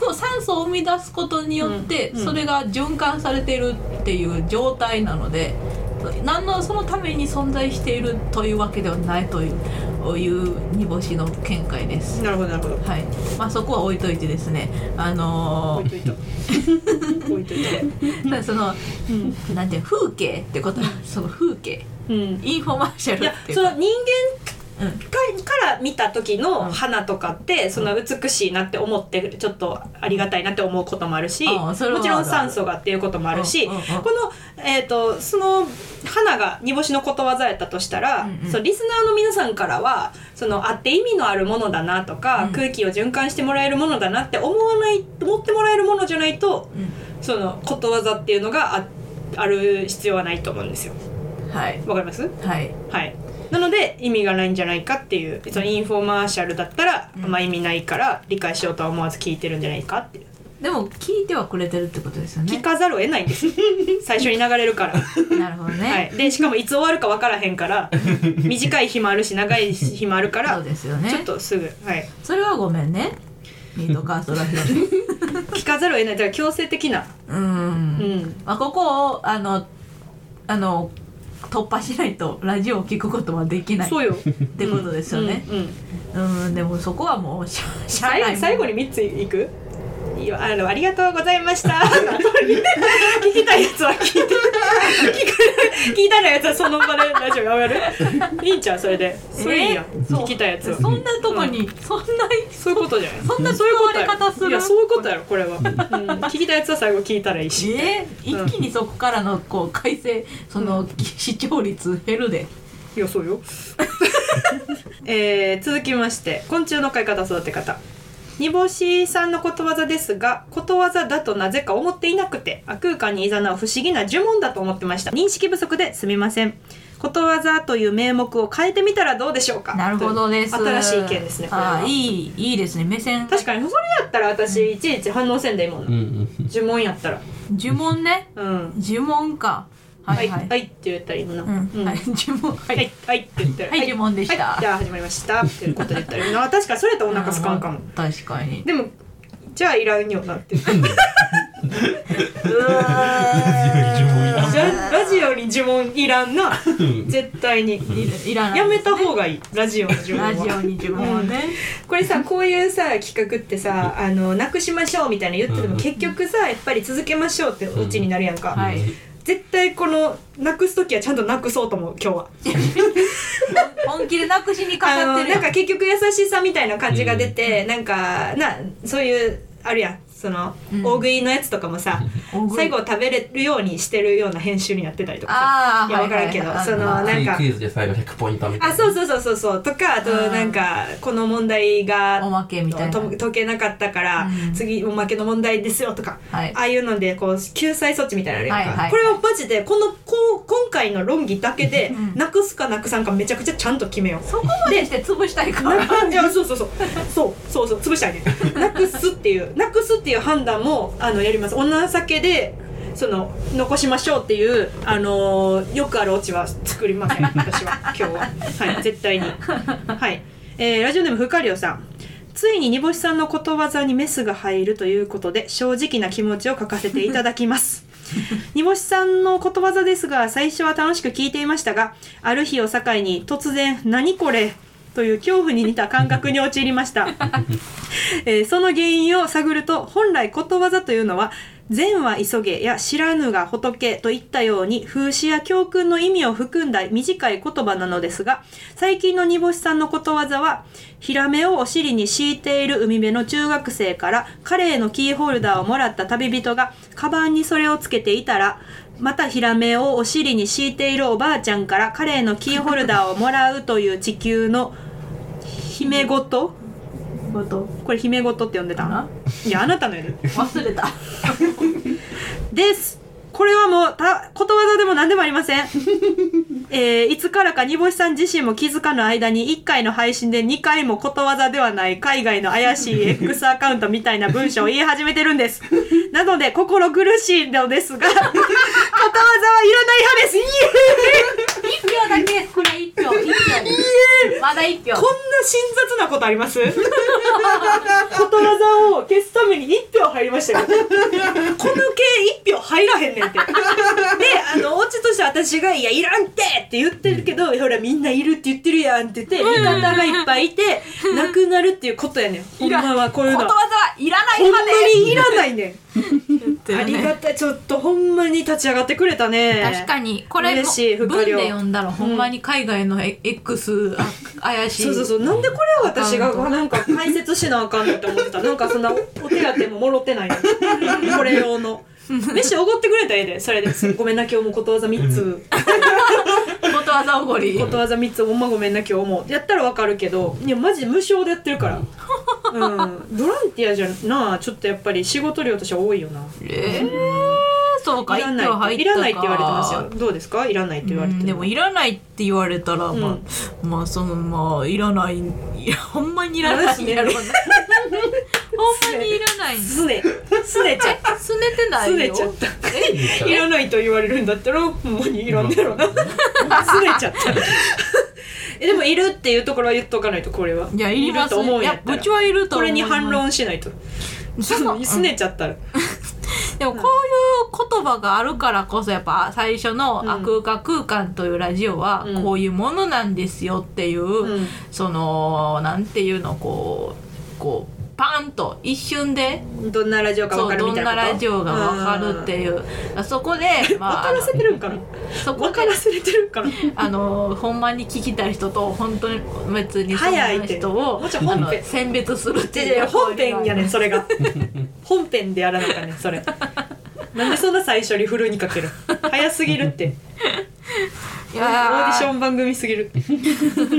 Speaker 2: こう酸素を生み出すことによって、
Speaker 1: うんうん
Speaker 2: それが循環されているっていう状態なので何のそのために存在しているというわけではないといういう煮干しの見解です。
Speaker 1: なるほどなるほど
Speaker 2: はいまあ、そこは置いといてですね、あの
Speaker 1: 置いとい た置いといて
Speaker 2: ー、その
Speaker 1: うん、
Speaker 2: なんていうの風景ってことその風景
Speaker 1: うん、
Speaker 2: インフォマーシャ
Speaker 1: い
Speaker 2: ル
Speaker 1: や
Speaker 2: っていう
Speaker 1: その
Speaker 2: か
Speaker 1: 人間かから見た時の花とかってその美しいなって思ってちょっとありがたいなって思うこともあるし
Speaker 2: あ
Speaker 1: も
Speaker 2: あそれはあ
Speaker 1: ち
Speaker 2: るあ
Speaker 1: ろ
Speaker 2: る
Speaker 1: ん酸素がっていうこともあるし
Speaker 2: うん
Speaker 1: こ
Speaker 2: うんうん
Speaker 1: の、えー、とその花が煮干しのことわざやったとしたら、
Speaker 2: うんうん
Speaker 1: そのリスナーの皆さんからはそのあって意味のあるものだなとか、
Speaker 2: うん
Speaker 1: 空気を循環してもらえるものだなって思わない思ってもらえるものじゃないとそのことわざっていうのがあある必要はないと思うんですよ。
Speaker 2: うん、はい
Speaker 1: わかります
Speaker 2: はい
Speaker 1: はい、なので意味がないんじゃないかっていうそのインフォマーシャルだったら、
Speaker 2: うん
Speaker 1: あんま意味ないから理解しようとは思わず聞いてるんじゃないかっていう、
Speaker 2: でも聞いてはくれてるってことですよ
Speaker 1: 聞
Speaker 2: ね
Speaker 1: かざるを得ないん です最初に流れるから、
Speaker 2: なるほどね、
Speaker 1: はい、でしかもいつ終わるか分からへん から短い日もあるし長い日もあるか
Speaker 2: そ
Speaker 1: ら
Speaker 2: うですよね
Speaker 1: ちょっとすぐ、はい、
Speaker 2: それはごめんねミートカーストラヒロ う
Speaker 1: 聞かざるを得ないだから強制的な、
Speaker 2: ーん、
Speaker 1: うん、
Speaker 2: まあ、ここをあのあの突破しないとラジオを聞くことはできないっ
Speaker 1: そう よ
Speaker 2: てことですよね、
Speaker 1: うんうんうん
Speaker 2: うんでもそこはもうしゃしゃあ
Speaker 1: 最
Speaker 2: ない
Speaker 1: 後最後に3ついくいやあのありがとうございま したの後に聞きたいやつは聞いて聞か聞いたらやつはその場でラジオやめ るいいんちゃうそれでそれいいやん、
Speaker 2: えーそう
Speaker 1: 聞きたいやつは
Speaker 2: そんなとこに、そんな
Speaker 1: そういうことじゃない
Speaker 2: そんな
Speaker 1: そういうことや
Speaker 2: 使われ方する
Speaker 1: いやそういうことやろこれ は、うん、聞きたいやつは最後聞いたらいいし
Speaker 2: えー一気にそこからのこう改正その、視聴率減るで
Speaker 1: いやそうよ えー、続きまして昆虫の飼い方育て方煮干しさんのことわざですがことわざだとなぜか思っていなくて悪空間に誘う不思議な呪文だと思ってました認識不足ですみませんことわざという名目を変えてみたらどうでしょうか
Speaker 2: なるほどです
Speaker 1: という新しい意見ですねこれは
Speaker 2: あーいいいいですね目線
Speaker 1: 確かにそれやったら私いちいち反応せんでいいもん
Speaker 3: うん
Speaker 1: な
Speaker 3: うん
Speaker 1: 呪文やったら
Speaker 2: 呪文ね
Speaker 1: うん
Speaker 2: 呪文かはいはい、
Speaker 1: はいって言ったらいいもんな、
Speaker 2: うんはい、 呪文は、
Speaker 1: はいい、はいって言って
Speaker 2: はい呪文でした
Speaker 1: はいじゃあ始まりましたっていうことで言ったらいいな確かにそれやったらお腹すかんかも
Speaker 2: 確かに
Speaker 1: でもじゃあいらんよなって
Speaker 3: ラ
Speaker 1: じゃラジオに呪文いらんな絶対に
Speaker 2: いらない
Speaker 1: やめた方がいいラジオの呪
Speaker 2: ラ
Speaker 1: 文
Speaker 2: ジオ
Speaker 1: は
Speaker 2: に自分をね、
Speaker 1: これさこういうさ企画ってさあのなくしましょうみたいな言ってても
Speaker 3: うん
Speaker 1: 結局さやっぱり続けましょうってオチになるやんか、
Speaker 2: はい
Speaker 1: 絶対このなくす時はちゃんとなくそうと思う今日は
Speaker 2: 本気でなくしにか
Speaker 1: あ
Speaker 2: か
Speaker 1: の
Speaker 2: ってる
Speaker 1: な
Speaker 2: や
Speaker 1: ん
Speaker 2: ん
Speaker 1: か結局優しさみたいな感じが出て、なんかなそういうあるやんその、
Speaker 2: うん
Speaker 1: 大食いのやつとかもさ
Speaker 2: 大食い
Speaker 1: 最後食べれるようにしてるような編集になってたりとかさ
Speaker 2: ああ
Speaker 1: いやわからんけどそのなんか
Speaker 3: クイズで最後100ポイントみたい
Speaker 1: あ
Speaker 3: な
Speaker 1: そうそうそうそうそうとかあと
Speaker 2: あー
Speaker 1: なんかこの問題が
Speaker 2: おまけみたいな
Speaker 1: と解けなかったから、
Speaker 2: うん
Speaker 1: 次おまけの問題ですよとか、
Speaker 2: はい
Speaker 1: ああいうのでこう救済措置みたいなのあるやんか
Speaker 2: はいはい
Speaker 1: これはマジでこのこう今回の論議だけで
Speaker 2: うん
Speaker 1: なくすかなくさんかめちゃくちゃちゃんと決めよう。
Speaker 2: そこまでして潰したい から
Speaker 1: いやそうそうそうそうそうそう潰してあげるなくすっていうなくすっていう判断もあのやります女酒でその残しましょうっていうあのーよくあるオチは作りません私は今日ははい絶対にはい、えーラジオネームふかりょうさんついに煮干しさんのことわざにメスが入るということで正直な気持ちを書かせていただきます煮干しさんのことわざですが最初は楽しく聞いていましたがある日を境に突然「何これ?」という恐怖に似た感覚に陥りました、えーその原因を探ると本来ことわざというのは善は急げや知らぬが仏といったように風刺や教訓の意味を含んだ短い言葉なのですが最近の煮干しさんのことわざはヒラメをお尻に敷いている海辺の中学生から彼へのキーホルダーをもらった旅人がカバンにそれをつけていたらまたヒラメをお尻に敷いているおばあちゃんから彼へのキーホルダーをもらうという地球の姫ごと
Speaker 2: ごと
Speaker 1: これ姫ごとって呼んでた
Speaker 2: ない
Speaker 1: やあなたのやで
Speaker 2: 忘れた
Speaker 1: ですこれはもうたことわざでも何でもありません、えーいつからか煮干しさん自身も気づかぬ間に1回の配信で2回もことわざではない海外の怪しい X アカウントみたいな文章を言い始めてるんですなので心苦しいのですが ことわざはいらない派ですイエ
Speaker 2: 一票だけこれ一票一票ですまだ一票
Speaker 1: ーイこんな辛雑なことあり ますことわざを消すために1票入りましたよ この系1票入らへんねんってであのオチとして私が「いやいらんって!」って言ってるけど、ほらみんないるって言ってるやんって言って味方がいっぱいいてなくなるっていうことやねんほんまはこういうの
Speaker 2: こ
Speaker 1: ほ
Speaker 2: とわざはいらない
Speaker 1: んま
Speaker 2: 派で
Speaker 1: にいらない ねんあ
Speaker 2: あり
Speaker 1: り
Speaker 2: が
Speaker 1: がたいちょっとほんまに立ち上がってくれたね
Speaker 2: 確かにこれ
Speaker 1: 嬉しい
Speaker 2: 文
Speaker 1: 不可量
Speaker 2: で読んだらほんまに海外の X あ怪しい
Speaker 1: そうそうそうなんでこれを私がなんか解説しなあかんのって思ってたなんかそんなおお手当ももろってないの これ用の飯おごってくれたらええでそれですごめんな今日もことわざ3つ
Speaker 2: ことわざおごり
Speaker 1: ことわざ3つほんまごめんな今日もやったらわかるけどいやマジ無償でやってるから、うん、ボランティアじゃなあちょっとやっぱり仕事量としては多いよな
Speaker 2: えーそうか
Speaker 1: い
Speaker 2: 一
Speaker 1: ら
Speaker 2: 票
Speaker 1: な
Speaker 2: 入ったか
Speaker 1: いいらないって言われてますよどうですかいらないって言われて
Speaker 2: うんでもいらないって言われたら、
Speaker 1: うん
Speaker 2: まあまあそのまあいらないいやほんまにいらないんやろうな ほんまにいらない
Speaker 1: すねすねちゃっ
Speaker 2: すねて
Speaker 1: た
Speaker 2: な
Speaker 1: す
Speaker 2: い
Speaker 1: ね
Speaker 2: よ
Speaker 1: ちゃったいらないと言われるんだったらほんまにいらんだろう なすねちゃった えでもいるっていうところは言っとかないとこれはい
Speaker 2: やいりま
Speaker 1: る
Speaker 2: す
Speaker 1: と思うん
Speaker 2: い
Speaker 1: や
Speaker 2: や
Speaker 1: った
Speaker 2: う
Speaker 1: ら
Speaker 2: ちはいる
Speaker 1: こ
Speaker 2: と思う
Speaker 1: れに反論しないと
Speaker 2: そうそう
Speaker 1: すねちゃったら
Speaker 2: でもこういう言葉があるからこそやっぱ最初の「
Speaker 1: うん
Speaker 2: 悪空間空間」というラジオは
Speaker 1: うん
Speaker 2: こういうものなんですよっていう、
Speaker 1: うん
Speaker 2: そのなんていうのこうこうパンと一瞬で
Speaker 1: どんなラジオかわ
Speaker 2: そ
Speaker 1: か
Speaker 2: う
Speaker 1: るみ
Speaker 2: ど
Speaker 1: た
Speaker 2: ん
Speaker 1: いな
Speaker 2: な
Speaker 1: こと
Speaker 2: ラジオがわかるっていうそ こでま
Speaker 1: 分
Speaker 2: あ
Speaker 1: からせてるんかな
Speaker 2: そこ
Speaker 1: 分
Speaker 2: で
Speaker 1: からせれてるんかな
Speaker 2: あのほんまに聞きたい人と本当に別にそん
Speaker 1: 早い
Speaker 2: な
Speaker 1: って
Speaker 2: 人を
Speaker 1: もうちょい本編
Speaker 2: あの選別するって
Speaker 1: 違う
Speaker 2: い
Speaker 1: 違
Speaker 2: う
Speaker 1: う本編やねんそれが本編でやらなあかんねんそれなんでそんな最初にふるいにかける早すぎるって
Speaker 2: い
Speaker 1: オーデ
Speaker 2: や
Speaker 1: ィショ
Speaker 2: ー
Speaker 1: ン番組すぎ る、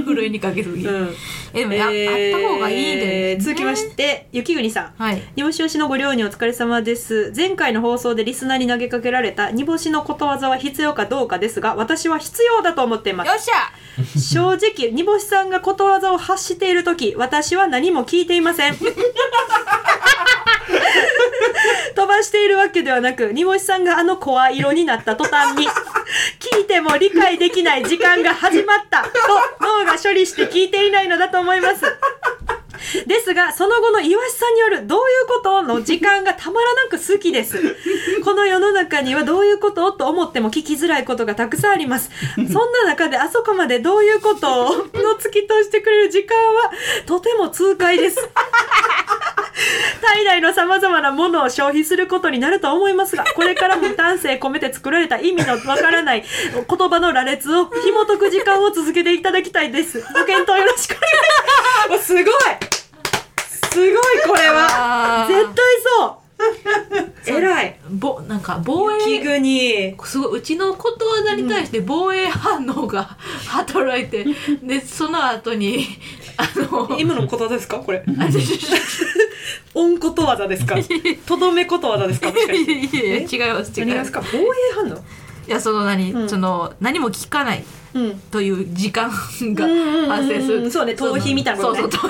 Speaker 2: ふるいにかけるぎ、
Speaker 1: うん
Speaker 2: えでもや、
Speaker 1: えー
Speaker 2: あった方がいいです、ね、
Speaker 1: 続きまして雪国さん
Speaker 2: はい
Speaker 1: 煮干し推しのご料理お疲れ様です前回の放送でリスナーに投げかけられた煮干しのことわざは必要かどうかですが私は必要だと思っています
Speaker 2: よっしゃ
Speaker 1: 正直煮干しさんがことわざを発している時私は何も聞いていません 飛ばしているわけではなく煮干しさんがあの声色になった途端に聞いても理解できない時間が始まったと脳が処理して聞いていないのだと思いますですが、その後の岩橋さんによるどういうことの時間がたまらなく好きです。この世の中にはどういうことと思っても聞きづらいことがたくさんあります。そんな中であそこまでどういうことをの突き通してくれる時間はとても痛快です。体内の様々なものを消費することになると思います が、これからも丹精込めて作られた意味のわからない言葉の羅列 を紐解く時間を続けていただきたいです。ご検討よろしくお願 いします。すごいすごいこれは
Speaker 2: あ
Speaker 1: 絶対そう 偉い
Speaker 2: ぼなんか防
Speaker 1: 雪
Speaker 2: 衛
Speaker 1: 国
Speaker 2: すごいうちのことわざに対して防衛反応が働いて、でその後にあの
Speaker 1: 今のことわざですかこ れ恩ことわざですかとどめことわざですかもしかして
Speaker 2: いやいや違います 違
Speaker 1: 何
Speaker 2: い
Speaker 1: がで
Speaker 2: ま
Speaker 1: すすか防衛反応
Speaker 2: いやその何、
Speaker 1: うん
Speaker 2: その何も聞かない
Speaker 1: うん
Speaker 2: という時間が
Speaker 1: うんうん
Speaker 2: 発生する、
Speaker 1: そうね
Speaker 2: の
Speaker 1: 逃避みたいなことね
Speaker 2: そうそう逃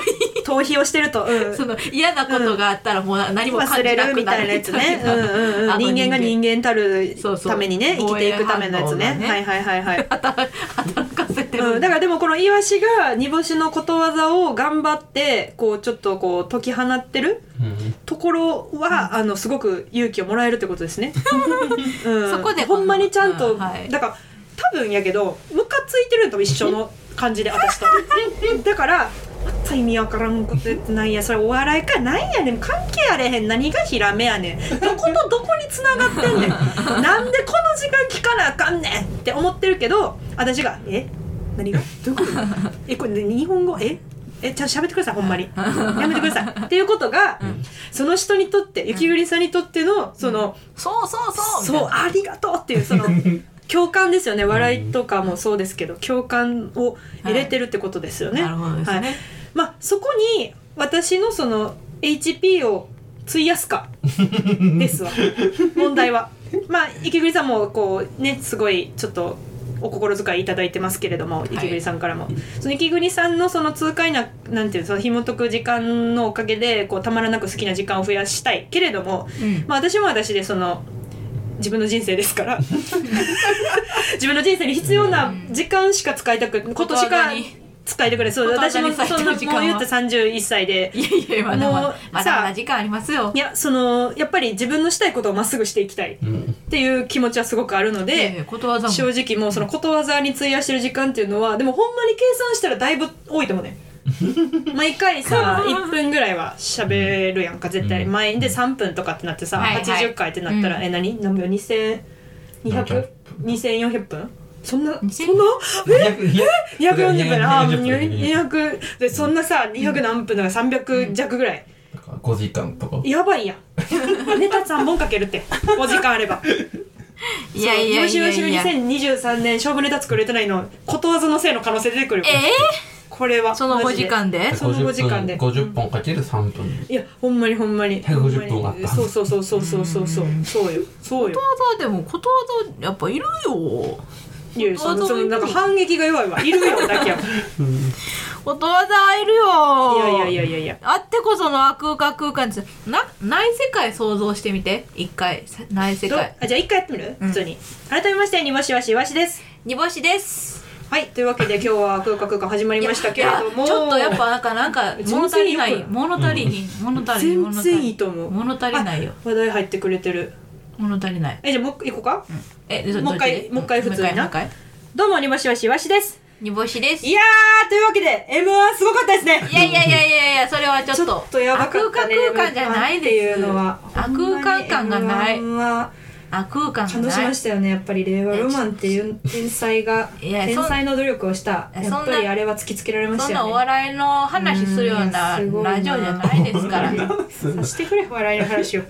Speaker 1: 逃避をしてると、うん
Speaker 2: 避その嫌なことがあったらもうな何も感
Speaker 1: 忘
Speaker 2: じ
Speaker 1: れ
Speaker 2: な
Speaker 1: る
Speaker 2: く
Speaker 1: み
Speaker 2: な
Speaker 1: た
Speaker 2: る
Speaker 1: いなやつね、
Speaker 2: な
Speaker 1: うんうん
Speaker 2: あ
Speaker 1: うん、
Speaker 2: の
Speaker 1: 人間が人間たる
Speaker 2: そうそう
Speaker 1: ためにね生きていくためのやつね
Speaker 2: 防衛反応がね
Speaker 1: はいはいはい はい
Speaker 2: 働かせてる、
Speaker 1: うん、だからでもこのイワシが煮干しのことわざを頑張ってこうちょっとこう解き放ってるところは、あのすごく勇気をもらえるってことです ね。うん、
Speaker 2: そこでこの
Speaker 1: ほんまにちゃんと、
Speaker 2: うんはい
Speaker 1: だから 多分やけどムカついてるのと一緒の感じで私と。だから。か意味わからんこと言ってないやそれお笑いかなんやねん関係あれへん何がヒラメやねんどことどこにつながってんねん なんでこの時間聞かなあかんねんって思ってるけど私が「え何がどういう ことえこれね日本語ええちゃんと喋ってくださいほんま にやめてください」っていうことが、
Speaker 3: ん
Speaker 1: その人にとって雪栗さんにとってのその、
Speaker 2: そうそうそう
Speaker 1: そう
Speaker 2: み
Speaker 1: ありがとうっていう その共感ですよね笑いとかもそうですけど共感を入れてるってことですよ
Speaker 2: たい
Speaker 1: ね。
Speaker 2: ななるほどですね、
Speaker 1: はいまあ、そこに私のその HP を費やす かですわ問題は。まあ池栗さんもこうねすごいちょっとお心遣いいただいてますけれども池栗さんからも、その池栗さんのその痛快ななんていうのその紐解く時間のおかげでこうたまらなく好きな時間を増やしたいけれども、
Speaker 2: うん
Speaker 1: まあ、私も私でその自分の人生ですから 自分の人生に必要な時間しか使いたくことしか
Speaker 2: 大人に
Speaker 1: 使いたくないそう
Speaker 2: ことわ
Speaker 1: 私
Speaker 2: ざ
Speaker 1: も
Speaker 2: に
Speaker 1: そんな
Speaker 2: 割いてる時間
Speaker 1: もう
Speaker 2: は
Speaker 1: 言って31歳で
Speaker 2: いやいやまだま
Speaker 1: もう
Speaker 2: だまだまだ時間ありますよ
Speaker 1: いやそのやっぱり自分のしたいことをまっすぐしていきたいっ
Speaker 3: うん
Speaker 1: ていう気持ちはすごくあるの
Speaker 2: いやい
Speaker 1: で
Speaker 2: やことわざも
Speaker 1: 正直もうそのことわざに費やしてる時間っていうのはでもほんまに計算したらだいぶ多いと思う ね毎回さ1分ぐらいは喋るやんか絶対
Speaker 3: うん
Speaker 1: 前で3分とかってなってさ
Speaker 2: はいはい
Speaker 1: 80回ってなったら、
Speaker 2: うん
Speaker 1: え何何秒 2200?2400 分そんなそんな
Speaker 2: 2000
Speaker 1: 240分ああ
Speaker 3: 240分
Speaker 1: 200でそんなさ200何分とか300弱ぐらい
Speaker 3: なんか5時間とか
Speaker 1: やばいやんネタ3本かけるって5時間あれば
Speaker 2: いやいやいや
Speaker 1: そうよ
Speaker 2: い
Speaker 1: しよ
Speaker 2: や
Speaker 1: しの2023年勝負ネタ作れてないのことわざのせいの可能性出てくるよ
Speaker 2: え
Speaker 1: これは
Speaker 2: ー、その
Speaker 1: マ
Speaker 2: 5
Speaker 1: ジで
Speaker 2: 時間で
Speaker 1: その5時間で
Speaker 3: 50本かける3分
Speaker 1: いやほんまにほんまに
Speaker 3: 150
Speaker 1: ほんまに
Speaker 3: 分あった
Speaker 1: そうそうそうそうそうそうそうそうよそうよ
Speaker 2: ことわざでもことわざやっぱいるよ
Speaker 1: いやいやそのそ
Speaker 2: こと
Speaker 1: の
Speaker 2: わざもいる
Speaker 1: なんか反撃が弱いわいるよ だけやもん
Speaker 2: ことわざはいるよ
Speaker 1: いやいやいやいやいや
Speaker 2: あってこそのあ空間空間ですなない世界想像してみて一回さない世
Speaker 1: どう
Speaker 2: 界
Speaker 1: あじゃあ一回やってみる普通に改めましてにわしわしわしです
Speaker 2: 煮干しです
Speaker 1: はいというわけで今日は空間空間始まりましたけれども
Speaker 2: いやちょっとやっぱなんかなんか物足りない
Speaker 1: 全然よく
Speaker 2: 物足りひん物足りひん
Speaker 1: 全
Speaker 2: 物足り
Speaker 1: 然
Speaker 2: ひ
Speaker 1: い
Speaker 2: ん
Speaker 1: いと思う
Speaker 2: 物足りないよ
Speaker 1: 話題入ってくれてる
Speaker 2: 物足りない
Speaker 1: えじゃあもう一個行こうか
Speaker 2: えど
Speaker 1: もう一回
Speaker 2: どっちで
Speaker 1: もう一回普通にな
Speaker 2: もう一回もう一回
Speaker 1: どうもにわしわしわしです
Speaker 2: 煮干しです
Speaker 1: いやーというわけで M はすごかったですね
Speaker 2: いやいやいやいやいやそれはちょっと
Speaker 1: ちょっとやばかったね
Speaker 2: 悪空間じゃないで
Speaker 1: っ
Speaker 2: す
Speaker 1: ていうのは
Speaker 2: 悪空間感がない
Speaker 1: ほんま
Speaker 2: あ空間
Speaker 1: に M1
Speaker 2: が
Speaker 1: は感動し
Speaker 2: な
Speaker 1: ま
Speaker 2: い
Speaker 1: したよねやっぱり令和ロマンっていう天才が
Speaker 2: いや
Speaker 1: 天
Speaker 2: そん
Speaker 1: 才の努力をした
Speaker 2: いやそんな
Speaker 1: やっぱりあれは突きつけられまし
Speaker 2: そん
Speaker 1: た
Speaker 2: なお
Speaker 1: よね
Speaker 2: 笑いの話するような
Speaker 1: うんすごいな
Speaker 2: ラジオじゃないですから
Speaker 1: さしてくれ笑いの話を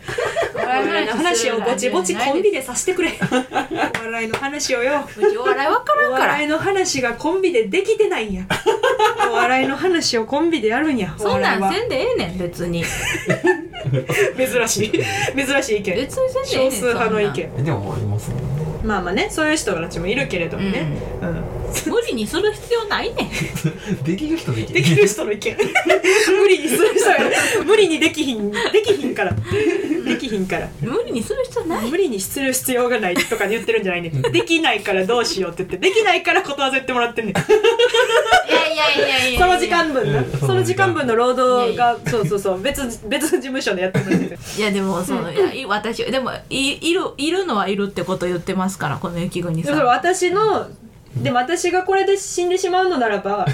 Speaker 2: お
Speaker 1: 笑
Speaker 2: 笑
Speaker 1: い
Speaker 2: い
Speaker 1: の
Speaker 2: の
Speaker 1: 話
Speaker 2: 話
Speaker 1: をぼちぼちコンビでさしてくれお笑いの話をよ
Speaker 2: うちお笑いわか
Speaker 1: お
Speaker 2: らんから
Speaker 1: 笑いの話がコンビでできてないんやお笑いの話をコンビでやるんやお
Speaker 2: そんな
Speaker 1: 笑いは
Speaker 2: んせんでええねん別に
Speaker 1: 珍しい珍しい意見
Speaker 2: 別にせんでえ
Speaker 1: 少
Speaker 2: えねん
Speaker 1: 数派の意見
Speaker 3: えでもいますね
Speaker 1: まあまあねそういう人たちもいるけれどもね、うん
Speaker 2: そんなん無理にする必要ないねん
Speaker 3: できる人でき
Speaker 1: できる人の意見無理にする人が無理にできひんできひんからできひんから
Speaker 2: 無理にする必要ない
Speaker 1: 無理にする必要がないとか言ってるんじゃないねんできないからどうしようって言ってできないからことわざ言ってもらってんねん
Speaker 2: いやいやいやいやいや
Speaker 1: その時間分な
Speaker 3: うん
Speaker 1: その時間分の労働がそうそうそう別別事務所でやってもらってる
Speaker 2: いやでもその、いやい私でもいいるいるのはいるってこと言ってますからこの雪国
Speaker 1: で
Speaker 2: さ
Speaker 1: もそれ
Speaker 2: ん
Speaker 1: 私のでも私がこれで死んでしまうのなら ば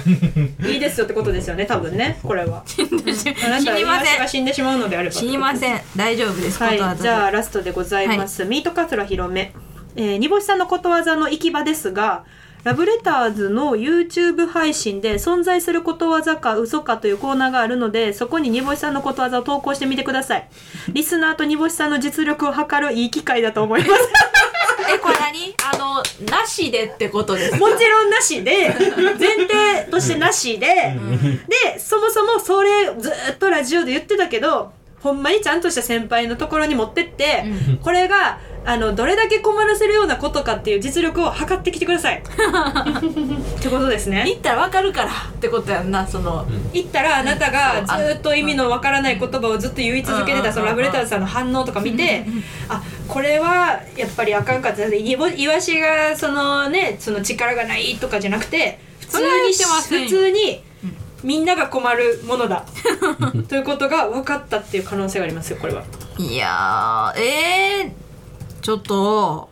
Speaker 1: いいですよってことですよね多分ねこれは
Speaker 2: 死
Speaker 1: あなたは
Speaker 2: にま
Speaker 1: 私
Speaker 2: せ
Speaker 1: が
Speaker 2: ん
Speaker 1: 死んでしまうのであれば
Speaker 2: 死にません大丈夫です、
Speaker 1: は
Speaker 2: ことわ
Speaker 1: い、
Speaker 2: ざ
Speaker 1: じゃあラストでございます、ミートカツラ広め、えー、煮干しさんのことわざの行き場ですがラブレターズの YouTube 配信で存在することわざか嘘かというコーナーがあるのでそこに煮干しさんのことわざを投稿してみてくださいリスナーと煮干しさんの実力を測るいい機会だと思います
Speaker 2: えこれ何あのなしでってことで す
Speaker 1: もちろんなしで前提としてなしででそもそもそれずーっとラジオで言ってたけどほんまにちゃんとした先輩のところに持ってって、
Speaker 2: うん
Speaker 1: これがあのどれだけ困らせるようなことかっていう実力を測ってきてくだ さい。ってことですね。
Speaker 2: 行ったらわかるからってことやんなその、
Speaker 1: 行ったらあなたが
Speaker 2: そうあ
Speaker 1: ずっと意味のわからない言葉をずっと言い続けて
Speaker 2: う
Speaker 1: た
Speaker 2: ん
Speaker 1: そのラブレターズさんの反応とか見てあこれはやっぱりあかんかったいわいわしがそのねその力がないとかじゃなくて普通
Speaker 2: それは言
Speaker 1: に
Speaker 2: ってませんよ
Speaker 1: 普通にみんなが困るものだということが分かったっていう可能性がありますよこれは。
Speaker 2: いやーえー、ちょっと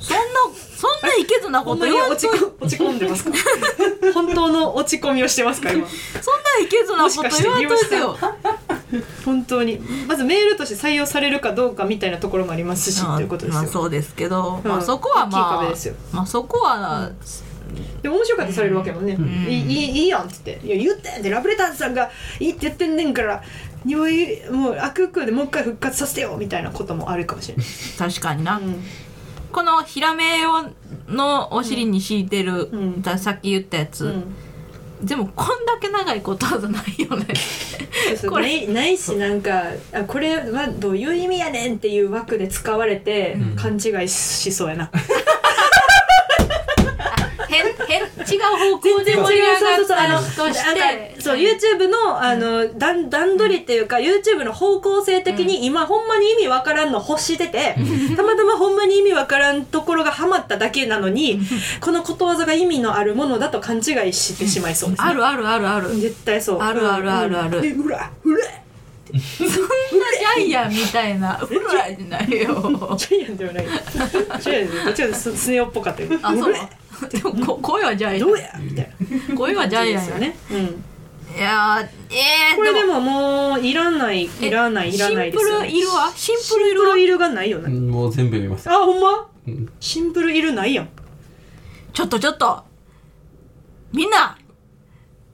Speaker 2: そんなそんないけず な
Speaker 1: ほ
Speaker 2: こ
Speaker 1: ん
Speaker 2: と
Speaker 1: まに
Speaker 2: 言わん
Speaker 1: 落
Speaker 2: と
Speaker 1: ち
Speaker 2: い
Speaker 1: 込落ち込んでますか本当の落ち込みをしてますか今
Speaker 2: そんないけずなこと言わんといてよ
Speaker 1: 本当にまずメールとして採用されるかどうかみたいなところもありますしということですよ、
Speaker 2: まあそうですけど、
Speaker 1: うん
Speaker 2: まあそこは
Speaker 1: 大きい
Speaker 2: ま
Speaker 1: 壁
Speaker 2: あ
Speaker 1: ですよ
Speaker 2: まあそこは、
Speaker 1: でも面白かったらされるわけもんね、
Speaker 3: うん
Speaker 1: いいいいいいやんっつって「いや言ってんでラブレターズさんがいいって言ってんねんから匂いもう悪空でもう一回復活させてよ」みたいなこともあるかもしれない、
Speaker 2: 確かにな、
Speaker 1: うん
Speaker 2: このヒラメをのお尻に敷いてる、
Speaker 1: うん
Speaker 2: ださっき言ったやつ、
Speaker 1: うん
Speaker 2: でもこんだけ長いことはないよね
Speaker 1: そうそう
Speaker 2: これ
Speaker 1: ないないしなんかあこれはどういう意味やねんっていう枠で使われて、
Speaker 3: うん
Speaker 1: 勘違いしそうやな
Speaker 2: 変変違う方向で盛り
Speaker 1: そうそう
Speaker 2: 上
Speaker 1: そうあ
Speaker 2: が
Speaker 1: の
Speaker 2: ったと
Speaker 1: な
Speaker 2: し
Speaker 1: ん
Speaker 2: て
Speaker 1: かそう YouTube のあの段段取りっていうか YouTube の方向性的に今ほんまに意味わからんの欲しててたまたまほんまに意味わからんところがハマっただけなの にこのことわざが意味のあるものだと勘違いしてしまいそうです
Speaker 2: あるあるあるある
Speaker 1: 絶対そう
Speaker 2: あるあるあるある
Speaker 1: うんでうらうら
Speaker 2: そんなジャイアンみたいなフラじゃない
Speaker 1: ジ
Speaker 2: よ
Speaker 1: ャイアンではないジャイアンでどっちかというとススネ夫っぽかったよ
Speaker 2: あそう
Speaker 1: うら
Speaker 2: でもこ声はジャイア
Speaker 1: どうやみたい
Speaker 2: ン声は
Speaker 1: な
Speaker 2: ジャイア
Speaker 1: で
Speaker 2: ン
Speaker 1: すよ
Speaker 2: よね
Speaker 1: ね、うん、
Speaker 2: いやーえー、
Speaker 1: これでももういらないいらないいらないですよ、ね、
Speaker 2: シンプル色はシン
Speaker 1: シ
Speaker 2: プル
Speaker 1: ン
Speaker 2: 色
Speaker 1: プ
Speaker 2: は
Speaker 1: ルいるがないよね
Speaker 3: うんもう全部読みました。
Speaker 1: あほんま
Speaker 3: うん
Speaker 1: シンプルいるないやん
Speaker 2: ちょっとちょっとみんな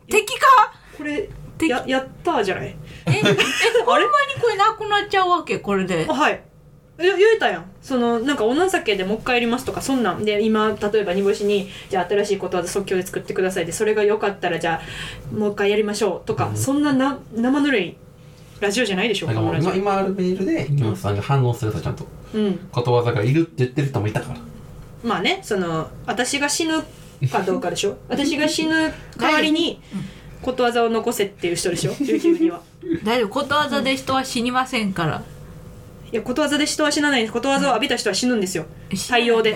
Speaker 2: 敵か
Speaker 1: これ
Speaker 2: 敵
Speaker 1: ややったーじゃない
Speaker 2: ええほんまにこれなくなっちゃうわけこれで
Speaker 1: あはいえ言えたやんそのなんかお情けでもう一回やりますとかそんなんで今例えば煮干しにじゃあ新しいことわざ即興で作ってくださいでそれが良かったらじゃあもう一回やりましょうとか、
Speaker 3: うん
Speaker 1: そんなな生ぬるいラジオじゃないでしょう
Speaker 3: なん
Speaker 1: か
Speaker 3: か
Speaker 1: この
Speaker 3: もう
Speaker 1: ラジオ
Speaker 3: 今今あるメールで木本さんが反応するとちゃんと
Speaker 1: うん
Speaker 3: ことわざがいるって言ってる人もいたから
Speaker 1: まあねその私が死ぬかどうかで しょ私が死ぬ代わりにことわざを残せっていう人でしょ琉球には
Speaker 2: 大丈夫ことわざで人は死にませんから、
Speaker 1: いやことわざで人は死なないんですことわざを浴びた人は死ぬんですよ対応で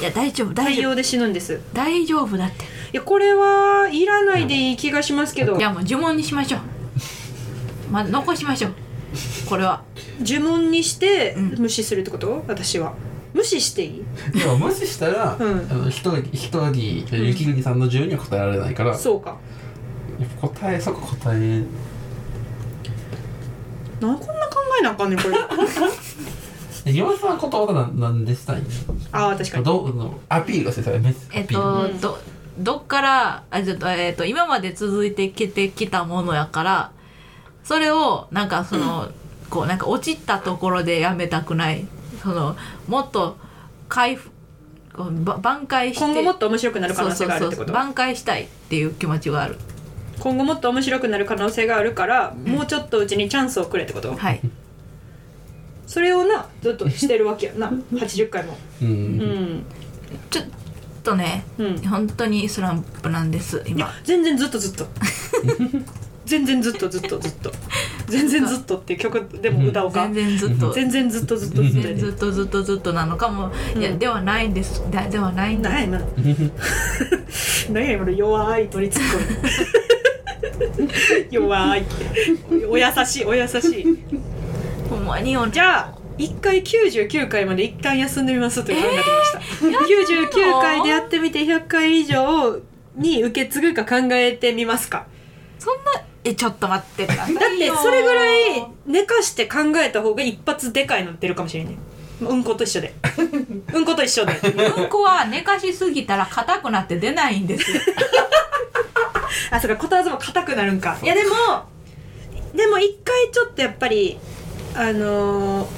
Speaker 2: いや大丈夫大
Speaker 1: 対
Speaker 2: 丈夫
Speaker 1: 応で死ぬんです
Speaker 2: 大丈夫だって
Speaker 1: いやこれはいらないでいい気がしますけど
Speaker 2: いやもう呪文にしましょうまあ残しましょうこれは
Speaker 1: 呪文にして
Speaker 2: うん
Speaker 1: 無視するってこと私は無視していい
Speaker 3: でも無視したら、
Speaker 1: うん
Speaker 3: あの一人一人雪国さんの自由には答えられないから、
Speaker 1: そうか
Speaker 3: 答えそこ答え
Speaker 1: なんこんな考えなあかんねんこ れ
Speaker 3: え岩井さんはことわざなんなんでしたい
Speaker 1: ああ確かに
Speaker 3: どうのアピールしてさメス
Speaker 2: えっ
Speaker 3: アピー
Speaker 1: う
Speaker 2: と、
Speaker 3: ル
Speaker 1: ん
Speaker 2: どどっからあちょっと,、えっと今まで続いてきてきたものやからそれをなんかその、こうなんか落ちたところでやめたくないそのもっと回復こうば挽回して
Speaker 1: 今後もっと面白くなる可能性があるって
Speaker 2: そうそ
Speaker 1: こ
Speaker 2: う
Speaker 1: と
Speaker 2: そう挽回したいっていう気持ちがある
Speaker 1: 今後もっと面白くなる可能性があるからもうちょっとうちにチャンスをくれってこと
Speaker 2: はい
Speaker 1: それをなずっとしてるわけやんな80回も
Speaker 3: うん、
Speaker 1: うん
Speaker 2: ちょっとね
Speaker 1: うん
Speaker 2: 本当にスランプなんです
Speaker 1: いや
Speaker 2: 今
Speaker 1: 全然ずっとずっと全然ずっとずっとずっと全然ずっとっていう曲でも歌おうか
Speaker 2: 全然ずっと
Speaker 1: 全然ずっとずっとずっ
Speaker 2: 全
Speaker 1: とや
Speaker 2: 然
Speaker 1: で
Speaker 2: ずっとずっとずっとなのかも、いや
Speaker 1: うん
Speaker 2: ではないんですだではないんです
Speaker 1: 何や 今の何や今の弱い取りツッコミ 弱いおお優しいお優しい
Speaker 2: ほんまにお
Speaker 1: じゃあ一回99回まで一旦休んでみますということになってました、99回でやってみて100回以上に受け継ぐか考えてみますか
Speaker 2: そんなえちょっと待ってくださ い
Speaker 1: だってそれぐらい
Speaker 2: よ
Speaker 1: 寝かして考えた方が一発でかいの出るかもしれないうんこと一緒 でうんこと一緒で
Speaker 2: うんこは寝かしすぎたら硬くなって出ないんです よ
Speaker 1: あそうかことわざも硬くなるんかいやでもでも一回ちょっとやっぱりあのー、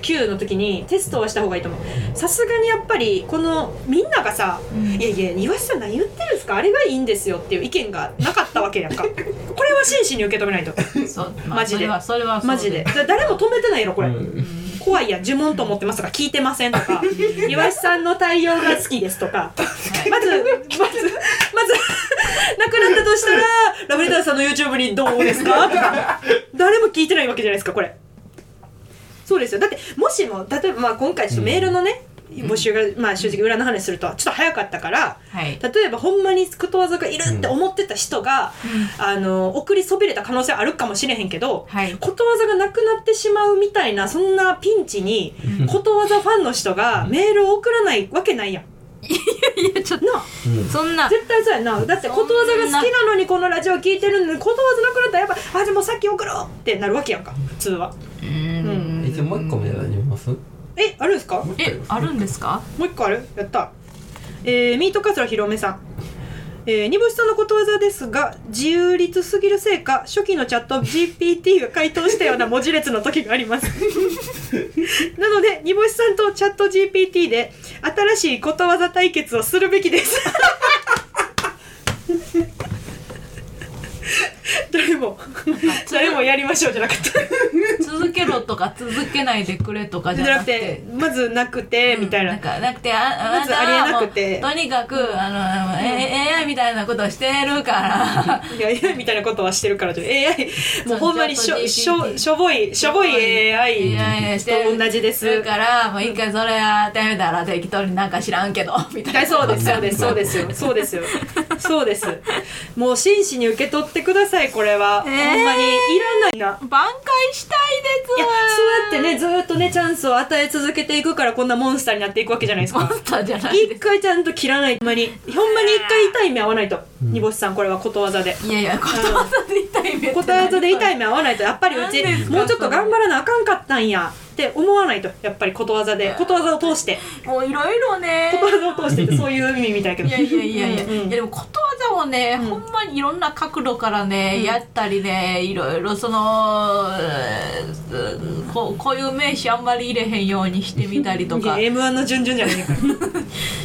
Speaker 1: 99の時にテストはした方がいいと思うさすがにやっぱりこのみんながさ「いやいや庭師さん何言ってるんですかあれがいいんですよ」っていう意見がなかったわけやん かこれは真摯に受け止めないと
Speaker 2: そう、まあ
Speaker 1: マジで
Speaker 2: それはそれはそう
Speaker 1: マジでだ誰も止めてないのこれ、
Speaker 3: うん
Speaker 1: 怖いやん呪文と思ってますとか聞いてませんとか岩井さんの対応が好きですとかまずまずまず亡くなったとしたらラブレターさんの YouTube にどうですかとか誰も聞いてないわけじゃないですかこれそうですよだってもしも例えばまあ今回ちょっとメールのね、募集が、まあ、正直裏の話するとちょっと早かったから
Speaker 2: はい
Speaker 1: 例えばほんまにことわざがいるって思ってた人が、あの送りそびれた可能性あるかもしれへんけど、
Speaker 2: はい
Speaker 1: ことわざがなくなってしまうみたいなそんなピンチにことわざファンの人がメールを送らないわけないやん
Speaker 2: いやちょっと
Speaker 1: なあ
Speaker 3: うん
Speaker 2: そんな
Speaker 1: 絶対そうやんなだってことわざが好きなのにこのラジオ聞いてるのにことわざなくなったらやっぱあじゃあもうさっき送ろうってなるわけやんか普通は
Speaker 2: うーん
Speaker 3: えじゃあもう一個目やりますも
Speaker 1: えあるんですか
Speaker 3: う一個や
Speaker 2: え
Speaker 3: ります
Speaker 2: あるんですか
Speaker 1: もう一個あるやったえー、ミートカツラひろめさんえー、煮干しさんのことわざですが自由律すぎるせいか初期のチャット GPT が回答したような文字列の時があり ますなので煮干しさんとチャット GPT で新しいことわざ対決をするべきです 誰も誰もやりましょうじゃなかった
Speaker 2: 続けろとか続けないでくれとか
Speaker 1: じ
Speaker 2: じゃ
Speaker 1: ゃな
Speaker 2: な
Speaker 1: く
Speaker 2: く
Speaker 1: て
Speaker 2: て
Speaker 1: まずなくて、みたい
Speaker 2: うん
Speaker 1: なん
Speaker 2: かなくてあ
Speaker 1: まず
Speaker 2: あなたは
Speaker 1: ありえな
Speaker 2: もう
Speaker 1: くて
Speaker 2: とにかくあの、え AI みたいなことしてるから
Speaker 1: いや AI みたいなことはしてるからじ ゃ AI もうほんまにしょし
Speaker 2: そう
Speaker 1: ょ
Speaker 2: ChatGPT
Speaker 1: しょぼいしょぼい AI
Speaker 2: いやいやして
Speaker 1: と同じです
Speaker 2: るからもう一回それやってみたら適当になんか知らんけど みたいな
Speaker 1: はい そうですそうですそう ですよそうですよそうですもう真摯に受け取ってくださいこれは、
Speaker 2: えー
Speaker 1: ほんまにいらないな
Speaker 2: 挽回したいです
Speaker 1: いやそうやってねずーっとねチャンスを与え続けていくからこんなモンスターになっていくわけじゃないです
Speaker 2: モン
Speaker 1: か
Speaker 2: スターじゃないで
Speaker 1: 一
Speaker 2: す
Speaker 1: 回ちゃんと切らないほんまにほんまに一回痛い目合わないと煮干しさんこれはことわざで
Speaker 2: いやいやことわざで痛い目って何
Speaker 1: ことわざで痛い目合わないとやっぱりうち
Speaker 2: なんですか
Speaker 1: もうちょっと頑張らなあかんかったんやって思わないとやっぱりことわざでことわざを通して
Speaker 2: もういろいろね
Speaker 1: ことわざを通してってそういう意味みたいけど
Speaker 2: いやいやいやいや、
Speaker 1: うんうん
Speaker 2: いやでもことわざをね、
Speaker 1: ん
Speaker 2: ほんまにいろんな角度からね、
Speaker 1: うん
Speaker 2: やったりねいろいろその、うんここういう名詞あんまり入れへんようにしてみたりと
Speaker 1: いや
Speaker 2: か
Speaker 1: M1 の順々じゃねえか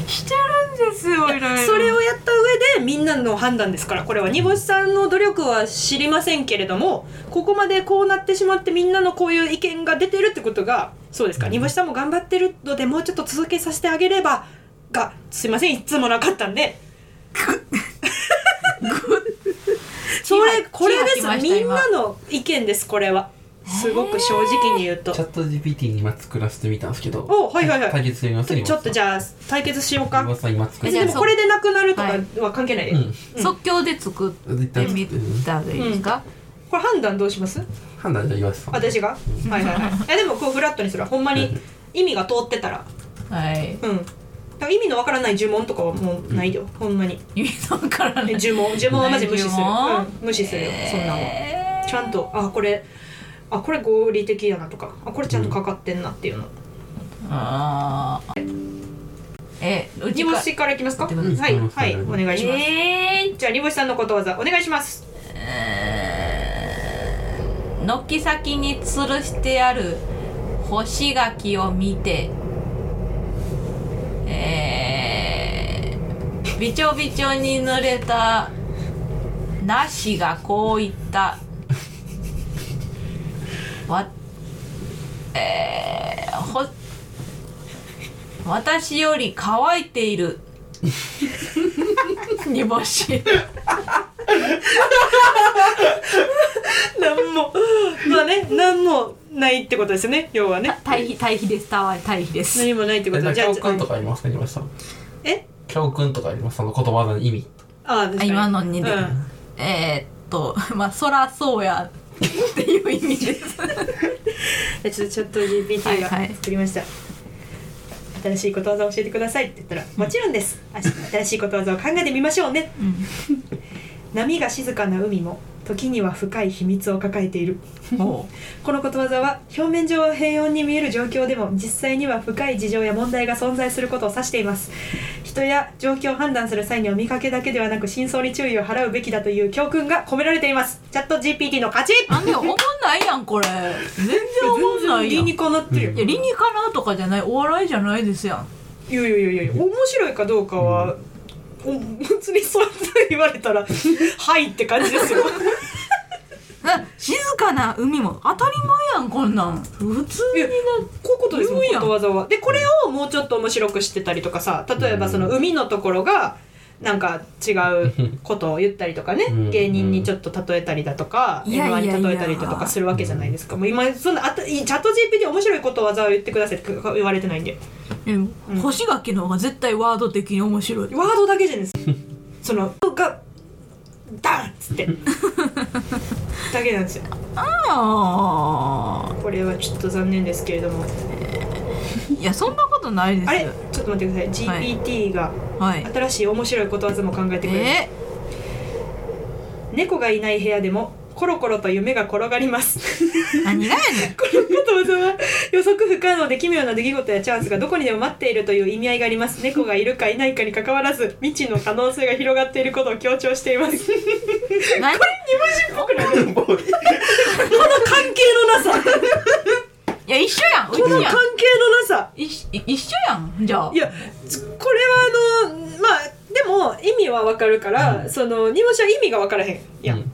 Speaker 2: してるんですよいろいろ
Speaker 1: らそれをやった上でみんなの判断ですからこれは煮干しさんの努力は知りませんけれどもここまでこうなってしまってみんなのこういう意見が出てるってことがそうですか煮干しさんも頑張ってるのでもうちょっと続けさせてあげればがすいませんいつもなかったんでそれこれです
Speaker 2: 今
Speaker 1: みんなの意見ですこれはすごく正直に言うと
Speaker 3: チャット GPT に今作らせてみたんですけど
Speaker 1: おはいはいはい
Speaker 3: 対決してみます
Speaker 1: ちょっとじ
Speaker 3: ゃ
Speaker 1: ゃあ対決しようか
Speaker 3: さん今作
Speaker 1: え
Speaker 3: る
Speaker 2: じゃ
Speaker 1: で
Speaker 2: あ
Speaker 1: もこれでなくなると
Speaker 2: はい
Speaker 1: かは関係ない、
Speaker 3: うん
Speaker 1: うん
Speaker 2: 即興で作っ
Speaker 3: 絶
Speaker 2: て
Speaker 3: 対作
Speaker 2: み
Speaker 3: ってる
Speaker 2: たらいいですか、
Speaker 1: これ判断どうします
Speaker 3: 判断じゃあ岩瀬さん
Speaker 1: 私がはいはいはいいやでもこうフラットにするわほんまに意味が通ってたら
Speaker 2: はい
Speaker 1: うんだから意味のわからない呪文とかはもうないよほんまに
Speaker 2: 意味のわからない
Speaker 1: え呪文呪文はマジ無視する、
Speaker 2: 呪文
Speaker 1: うん無視するよそんなの
Speaker 2: えー
Speaker 1: ちゃんとあこれあこれ合理的やなとかあこれちゃんとかかってんなっていうの
Speaker 2: あーえう
Speaker 1: 煮
Speaker 2: か
Speaker 1: 干しからいきますかは
Speaker 2: う
Speaker 1: い
Speaker 2: ん
Speaker 1: はいお願いします
Speaker 2: えー
Speaker 1: じゃあ煮干しさんのことわざお願いします
Speaker 2: 軒先に吊るしてある干し柿を見て、えー、びちょびちょに濡れた梨がこう言った。わ、えー、ほ、私より乾いてい る。煮干し。
Speaker 1: なんもまあねなんもないってことですよね要はね
Speaker 2: 対比、対比です。たわい対比です。
Speaker 1: 何もないってこ
Speaker 3: えじ
Speaker 1: と
Speaker 3: ゃあ
Speaker 1: じゃあ
Speaker 3: 教訓とかありますか岩瀬さん
Speaker 1: え
Speaker 3: 教訓とかありますその言葉の意味
Speaker 1: ああ確かに
Speaker 2: 今のにで
Speaker 1: うん
Speaker 2: えーっと まあそらそうやっていう意味です。
Speaker 1: えちょっとチャット GPT が作りました、新しいことわざを教えてくださいって言ったら「もちろんですあし新しいことわざを考えてみましょうね」波が静かな海も時には深い秘密を抱えている
Speaker 2: も
Speaker 1: このことわざは表面上は平穏に見える状況でも実際には深い事情や問題が存在することを指しています人や状況を判断する際には見かけだけではなく真相に注意を払うべきだという教訓が込められていますチャット GPT の勝ち
Speaker 2: うなんでおもんないやんこれ。全然おもんないやん。い
Speaker 1: にかなってるよ、
Speaker 2: や理にかなとかじゃないお笑いじゃないですやん。
Speaker 1: いやいやいやいや面白いかどうかは、お 別にそんな言われたら はいって感じです よ
Speaker 2: あ静かな海も当たり前やんこんなん。普通に
Speaker 1: こう
Speaker 2: な。
Speaker 1: いうことですもん
Speaker 2: 言うやん
Speaker 1: ことわざはでこれをもうちょっと面白くしてたりとかさ例えばその海のところがなんか違うことを言ったりとかね
Speaker 3: うん
Speaker 1: 芸人にちょっと例えたりだとか
Speaker 2: いやい
Speaker 1: m
Speaker 2: やいや
Speaker 1: 1に例えたりだとかするわけじゃないですかもう今そんなあとチャット GPT 面白いことわざを言ってくださいって言われてないんで
Speaker 2: うん干し柿の方が絶対ワード的に面白い。
Speaker 1: ワードだけじゃ ないですその「がダン!」っつって だけなんですよ
Speaker 2: ああ。
Speaker 1: これはちょっと残念ですけれども
Speaker 2: いやそんなことことないです
Speaker 4: あれちょっと待ってくださ
Speaker 2: はいい
Speaker 4: GPT が
Speaker 2: はい
Speaker 4: 新しい面白いことわざも考えてくれる、
Speaker 2: え
Speaker 4: 猫がいない部屋でもコロコロと夢が転がります
Speaker 2: ー、何がやねん
Speaker 4: このことわざは予測不可能で奇妙な出来事やチャンスがどこにでも待っているという意味合いがあります猫がいるかいないかに関わらず未知の可能性が広がっていることを強調しています
Speaker 2: 何
Speaker 3: もう
Speaker 1: 関係のなさ
Speaker 2: いや一緒やんう
Speaker 1: この
Speaker 2: ちや
Speaker 1: 関
Speaker 2: ん
Speaker 1: 係のなさ
Speaker 2: いしい一緒やんじゃあ
Speaker 1: いやつこれはあのまあでも意味はわかるから、
Speaker 3: うん
Speaker 1: その煮干しは意味がわからへんや、
Speaker 3: うん
Speaker 1: ん、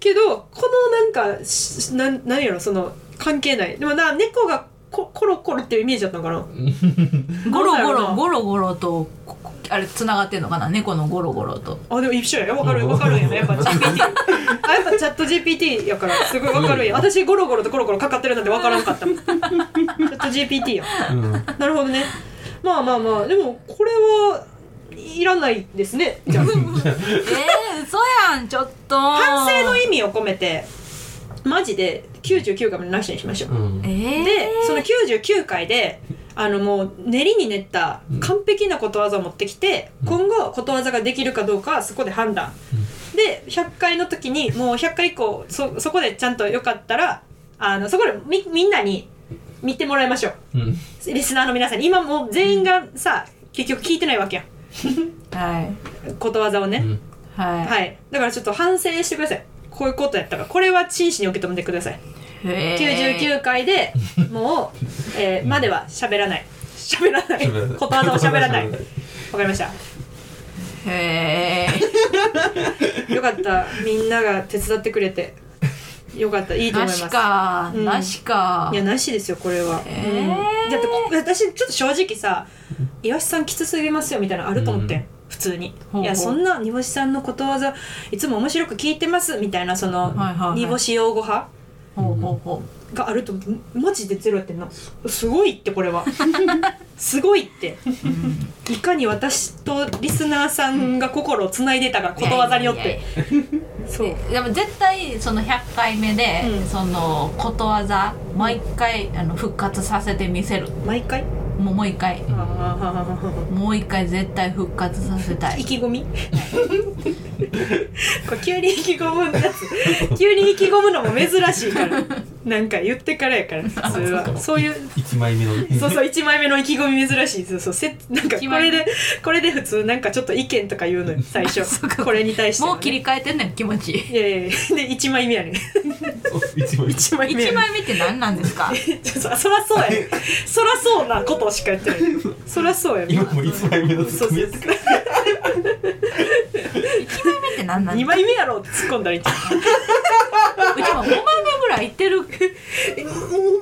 Speaker 1: けどこのなんかしなんなんやろその関係ないでもな猫がこコロコロっていうイメージだったのかな
Speaker 2: ゴロゴロ
Speaker 1: なんだろうな
Speaker 2: ゴロゴロとここあれ繋がってんのかな猫のゴロゴロ と
Speaker 1: あでも一緒やわかるわかるんやなやっぱ GPT あやっぱチャット GPT やからすごいわかるんや私ゴロゴロとコロコロかかってるなんてわからんかったもんチャット GPT や
Speaker 3: うん
Speaker 1: なるほどねまあまあまあでもこれはいらないですねじゃあ
Speaker 2: えー、嘘やんちょっと
Speaker 1: 反省の意味を込めてマジで99回までなしにしましょう、
Speaker 3: うん
Speaker 2: えー、
Speaker 1: でその99回であのもう練りに練った完璧なことわざを持ってきて、
Speaker 3: うん
Speaker 1: 今後ことわざができるかどうかはそこで判断、で100回の時にもう100回以降そそこでちゃんとよかったらあのそこでみみんなに見てもらいましょう
Speaker 3: うん
Speaker 1: リスナーの皆さんに今もう全員がさ、結局聞いてないわけや
Speaker 2: はい
Speaker 1: んことわざをね、
Speaker 3: うん
Speaker 2: はい、
Speaker 1: はい。だからちょっと反省してください。こういうことやったから、これは真摯に受け止めてください。
Speaker 2: へー
Speaker 1: 99回でもう、えーまでは喋らない。喋らない。ことわざを喋らない。わかりました。
Speaker 2: へー
Speaker 1: よかった。みんなが手伝ってくれて。よか った。いいと思い
Speaker 2: な
Speaker 1: ます。
Speaker 2: しか、
Speaker 1: うん
Speaker 2: なしか
Speaker 1: いや、なしですよ、これは。
Speaker 2: えー
Speaker 1: うんだってこ、私、ちょっと正直さ、イワシさんきつすぎますよ、みたいなのあると思ってん。
Speaker 3: うん
Speaker 1: 普通に
Speaker 2: ほうほう
Speaker 1: いやそんな煮干しさんのことわざいつも面白く聞いてますみたいなその
Speaker 2: はいはいはい
Speaker 1: 煮干し用語派
Speaker 2: ほうほうほ
Speaker 1: があると思ってマジでゼロやってんのすごいってこれ はすごいって
Speaker 2: う、うん
Speaker 1: いかに私とリスナーさんが心をつないでたかことわざによっ
Speaker 2: いやい
Speaker 1: て
Speaker 2: やい
Speaker 1: そう
Speaker 2: やでも絶対その100回目で、
Speaker 1: うん
Speaker 2: そのことわざ毎回あの復活させてみせる
Speaker 1: 毎回
Speaker 2: もうもう一回
Speaker 1: ああ
Speaker 2: もう一回絶対復活させた
Speaker 1: 意
Speaker 2: い
Speaker 1: 気込み これ急に意気込むんだ急に意気込むのも珍しいからなんか言ってからやから普通
Speaker 3: あそう
Speaker 1: は
Speaker 3: か
Speaker 1: そういう
Speaker 3: 一枚目の
Speaker 1: そうそう1枚目の意気込み珍しいそうそうせなんかこ
Speaker 2: 一枚
Speaker 1: れ
Speaker 2: 目
Speaker 1: でこれで普通なんかちょっと意見とか言うのよ最 初これに対してはね、
Speaker 2: もう切り替えてんねん気持ち
Speaker 1: いやいやいやで1枚目やねん
Speaker 3: 一枚目
Speaker 1: 1枚目やね
Speaker 2: 1
Speaker 1: ん
Speaker 2: 枚目って何なんですか
Speaker 1: そそらそうやねんそらそうなことしかやって ないそらそうやねん
Speaker 3: 今もう一枚目のツッコミやってくる
Speaker 2: 1枚目って何なんで
Speaker 1: 2
Speaker 2: すか
Speaker 1: 枚目やろって突っ込んだらいっちゃ
Speaker 2: うちも5枚目ぐらいいってる
Speaker 1: う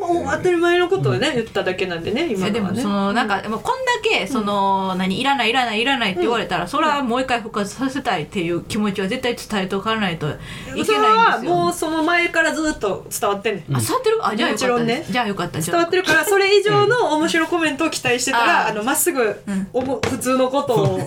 Speaker 1: もうもう当たり前のことをね言っただけなんでね今
Speaker 2: えで
Speaker 1: のは
Speaker 2: も
Speaker 1: ね
Speaker 2: そのなんかやっぱこんだけその何いらないいらないいらないって言われたらそれはもう一回復活させたいっていう気持ちは絶対伝えておかないとい
Speaker 1: そ
Speaker 2: け
Speaker 1: れ
Speaker 2: ないん
Speaker 1: は
Speaker 2: ですよ
Speaker 1: もうその前からずっと伝わってんねん
Speaker 2: あ伝わってるあじゃあよか
Speaker 1: もち
Speaker 2: っ
Speaker 1: ろ
Speaker 2: た
Speaker 1: んね
Speaker 2: ですじゃあよかったじ
Speaker 1: 伝
Speaker 2: ゃ
Speaker 1: わ
Speaker 2: あ
Speaker 1: ってるからそれ以上の面白コメントを期待してたら
Speaker 2: あー
Speaker 1: あのまっすぐ
Speaker 2: ん
Speaker 1: おも普通のこと を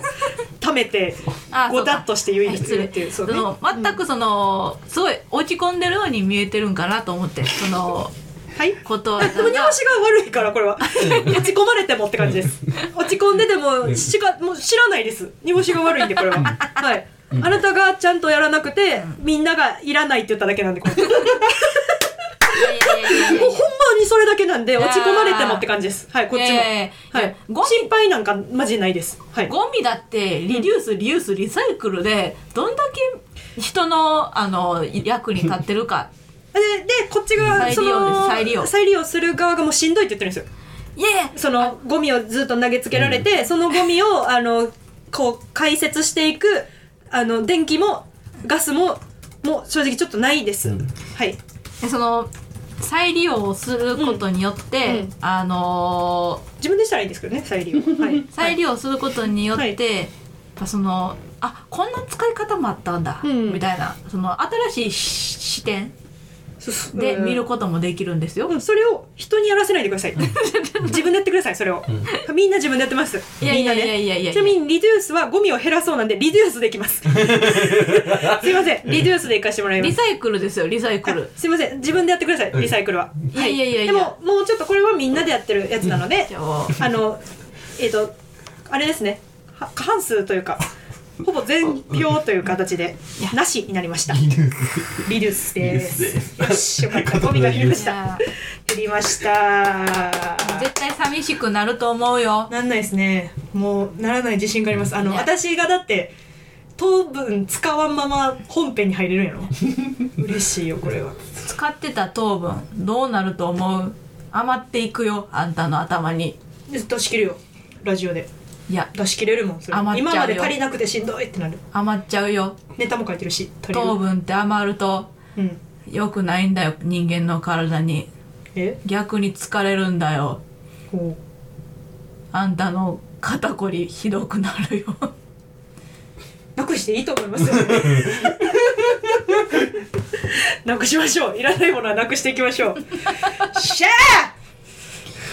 Speaker 1: ためて
Speaker 2: あそ
Speaker 1: ご
Speaker 2: うか
Speaker 1: だっとして言いに
Speaker 2: あ
Speaker 1: す
Speaker 2: 失
Speaker 1: る
Speaker 2: 礼
Speaker 1: っていう
Speaker 2: そ
Speaker 1: そうね
Speaker 2: の全くそのすごい落ち込んでるように見えてるんかなと思ってその
Speaker 1: はい
Speaker 2: ことわ
Speaker 1: で
Speaker 2: ざ
Speaker 1: も煮
Speaker 2: が
Speaker 1: 干しが悪いからこれは落ち込まれてもって感じです落ち込んでてもしかもう知らないです煮干しが悪いんでこれははいあなたがちゃんとやらなくてみんながいらないって言っただけなんでこれもう
Speaker 2: いやいやいやいや
Speaker 1: ほんまにそれだけなんで落ち込まれてもって感じですはいこっち
Speaker 2: い
Speaker 1: も
Speaker 2: やいやいや
Speaker 1: はい
Speaker 2: やゴミ
Speaker 1: 心配なんかマジないですはい
Speaker 2: ゴミだってリデュースリユースリサイクルでどんだけ人のあの役に立って るか
Speaker 1: ででこっちが
Speaker 2: 再
Speaker 1: そ
Speaker 2: 利用です
Speaker 1: の
Speaker 2: 再利用
Speaker 1: 再利用する側がもうしんどいって言ってるんですよ
Speaker 2: いやいや
Speaker 1: そのゴミをずっと投げつけられて、そのゴミ をあのこう解説していくあの電気もガスももう正直ちょっとないです、
Speaker 3: うん
Speaker 1: はい
Speaker 2: でその再利用をすることによって、
Speaker 1: うんうん
Speaker 2: あの
Speaker 1: 自分でしたらいいんですけどね再利 用はい
Speaker 2: ー再利用することによって、
Speaker 1: はい
Speaker 2: やっぱそのあこんな使い方もあったんだ、
Speaker 1: うん
Speaker 2: みたいなその新しいし視点で、
Speaker 1: うん
Speaker 2: 見ることもできるんですよ、
Speaker 1: うん、それを人にやらせないでください。 自分でやってください、それを。みんな自分でやってます。
Speaker 2: いやいやい
Speaker 1: みん
Speaker 2: や
Speaker 1: なね。
Speaker 2: いやいやいや
Speaker 1: ちなみにリデュースはゴミを減らそうなんでリデュースでき ます。すいません、リデュースで行かしてもらいま
Speaker 2: リ
Speaker 1: す。
Speaker 2: サイクルですよリサイクル
Speaker 1: すいません、自分でやってください、
Speaker 3: うん
Speaker 1: リサイクルは。
Speaker 2: いやいやいやいや
Speaker 1: でも、もうちょっとこれはみんなでやって るやつなので
Speaker 2: じ、ゃあ
Speaker 1: あの、えっ、と、あれですね、は過半数というか、ほぼ全票という形で、なしになりました。
Speaker 3: いいです
Speaker 1: リデュース
Speaker 3: いいで
Speaker 1: です
Speaker 3: ね
Speaker 1: す。よし、よかった、ゴミが減りまし
Speaker 2: じゃ
Speaker 1: た。
Speaker 2: あ
Speaker 1: 減りました。
Speaker 2: 絶対寂しくなると思うよ
Speaker 4: なんないですねもうならない自信がありますあの
Speaker 2: ね
Speaker 4: 私がだって糖分使わんまま本編に入れるんや ろ嬉しいよこれは
Speaker 2: 使ってた糖分どうなると思う余っていくよあんたの頭に
Speaker 4: で出し切るよラジオで
Speaker 2: いや
Speaker 4: 出し切れるもんそれ
Speaker 2: 余っちゃう
Speaker 4: 今
Speaker 2: よ
Speaker 4: まで足りなくてしんどいってなる
Speaker 2: 余っちゃうよ
Speaker 4: ネタも書いてるし足りる
Speaker 2: 糖分って余ると
Speaker 4: うん
Speaker 2: 良くないんだよ人間の体に
Speaker 4: え
Speaker 2: 逆に疲れるんだよ
Speaker 4: こ
Speaker 2: あんたの肩こりひどくなるよ
Speaker 4: うなくしていいと思いますよ
Speaker 1: なくしましょう。いらないものはなくしていきましょう。
Speaker 4: しゃ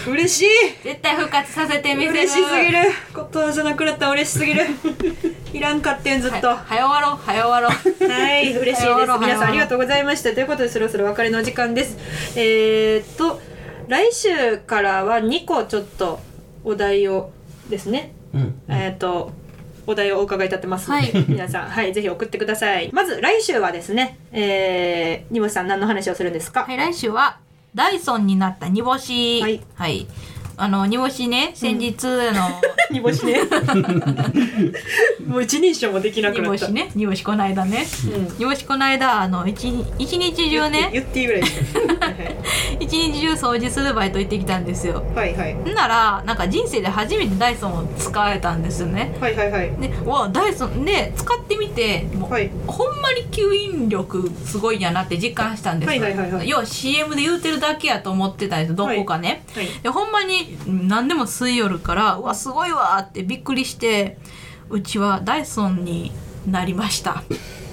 Speaker 4: あ嬉しい
Speaker 2: 絶対復活させてみせる
Speaker 4: 嬉しすぎることわざなくなったら嬉しすぎるいらんかってんずっと
Speaker 2: は
Speaker 4: は
Speaker 2: 早終わろう早終わろう
Speaker 1: はい、嬉しいです。
Speaker 2: 早う終わろう
Speaker 1: 皆さんありがとうございました。ということで、そろそろお別れの時間です。えー、っと、来週からは2個ちょっとお題をですね、
Speaker 3: うん
Speaker 1: えー、っと、お題をお伺い立てますので、
Speaker 2: は い
Speaker 1: 皆さん、はい、ぜひ送ってください。まず、来週はですね、えー、にもさん何の話をするんですか、
Speaker 2: はい来週はダイソンになった煮干し
Speaker 1: はい、
Speaker 2: あの煮干しね先日 あ
Speaker 1: 煮干 しね。もう一人称もできな
Speaker 2: の
Speaker 1: く
Speaker 2: 煮
Speaker 1: な
Speaker 2: 干
Speaker 1: った。
Speaker 2: しね煮干しこないだね
Speaker 1: うん
Speaker 2: 煮干しこないだあの一日一日中ね
Speaker 1: 言っていいぐらいでしょは
Speaker 2: 一日中掃除するバイト行ってきたんですよ
Speaker 1: いはい
Speaker 2: んならなんか人生で初めてダイソンを使えたんですよね
Speaker 1: はいはいはい
Speaker 2: でうわダイソンで使ってみてもう
Speaker 1: はい
Speaker 2: ほんまに吸引力すごいんやなって実感したんですよ、
Speaker 1: はいはいはいはい
Speaker 2: 要は CM で言うてるだけやと思ってたんですどこかね、
Speaker 1: はい
Speaker 2: でほんまに何でも吸い寄るからうわすごいわーってびっくりしてうちはダイソンになりました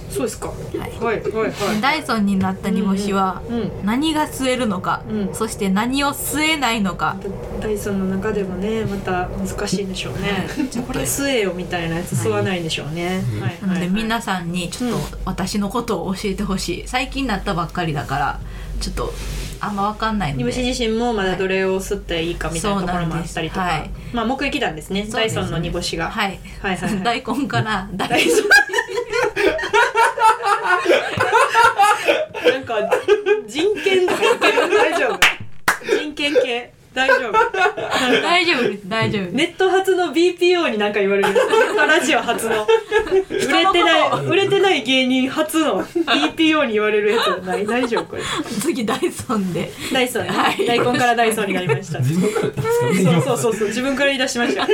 Speaker 1: そうですか はいはいはい
Speaker 2: ダイソンになった煮干しは
Speaker 1: うん
Speaker 2: 何が吸えるのか、
Speaker 1: うん
Speaker 2: そして何を吸えないのか、
Speaker 1: ダイソンの中でもねまた難しいんでしょうねじゃあこれ吸えよみたいなやつ吸わないんでしょうね
Speaker 3: い
Speaker 1: はい
Speaker 2: な
Speaker 1: は
Speaker 2: の
Speaker 1: いは
Speaker 2: で
Speaker 1: い
Speaker 2: 皆さんにちょっと私のことを教えてほしい最近なったばっかりだからちょっとあんま分かんないの
Speaker 1: 煮干し
Speaker 2: で
Speaker 1: 自身もまだどれを吸っていいかみたいなところもあったりとか、
Speaker 2: はいそうなんで
Speaker 1: まあ目撃談ですね
Speaker 2: そう
Speaker 1: ダ
Speaker 2: で
Speaker 1: イ
Speaker 2: す
Speaker 1: ソンの煮干しが、
Speaker 2: はい、
Speaker 1: はいはいはい
Speaker 2: 大根からダイソン
Speaker 1: なんか人権とか言ってる大丈夫人権系大丈 夫
Speaker 2: 大丈夫です大丈夫です、
Speaker 1: ネット初の BPO になんか言われる。ネットラジオ初の。売れてない、売れてない芸人初の BPO に言われるやつない。大丈夫これ。
Speaker 2: 次ダイソンで
Speaker 1: ダイソン、
Speaker 2: はい
Speaker 1: 大根からダイソンになりました。
Speaker 3: 自分からですかね
Speaker 1: そうそうそうそう、自分から言い出しました。は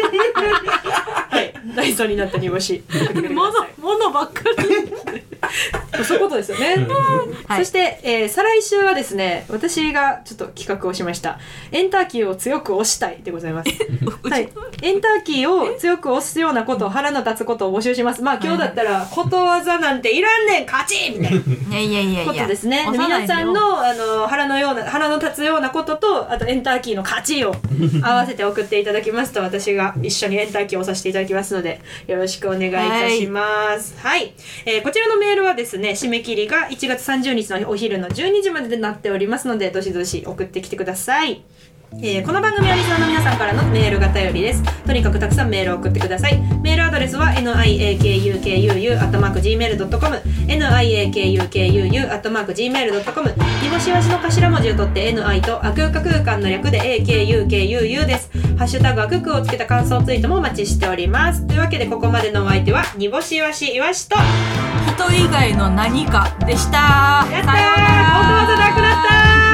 Speaker 1: い、ダイソンになった煮干し。
Speaker 2: 物物ばっかり
Speaker 1: そういうことですよね。
Speaker 2: はい
Speaker 1: そして、えー再来週はですね、私がちょっと企画をしました。エンターキーを強く押したいでございます。はい、エンターキーを強く押すようなこと、腹の立つことを募集します。まあ今日だったら、ことわざなんていらんねん、勝ちみたいない
Speaker 2: やい やいやいや
Speaker 1: ことですね。で
Speaker 2: 押な
Speaker 1: 皆
Speaker 2: いでよ
Speaker 1: さんのあの腹のような腹の立つようなことと、あとエンターキーの勝ちを合わせて送っていただきますと、私が一緒にエンターキーを押させていただきますので、よろしくお願いいたします。はい、えーこちらのメールはですね、締め切りが1月30日のお昼の12時まででなっておりますので、どしどし送ってきてください。えーこの番組はリスナーの皆さんからのメールが頼りですとにかくたくさんメールを送ってくださいメールアドレスは niakukuu.gmail.com niakukuu.gmail.com 煮干しわしの頭文字を取って ni とあくうか空間の略で akukuu ですハッシュタグあくくをつけた感想ツイートもお待ちしておりますというわけでここまでのお相手は煮干しわしいわしとや
Speaker 2: 人以外の何かでした
Speaker 1: ったーことわざなくなったー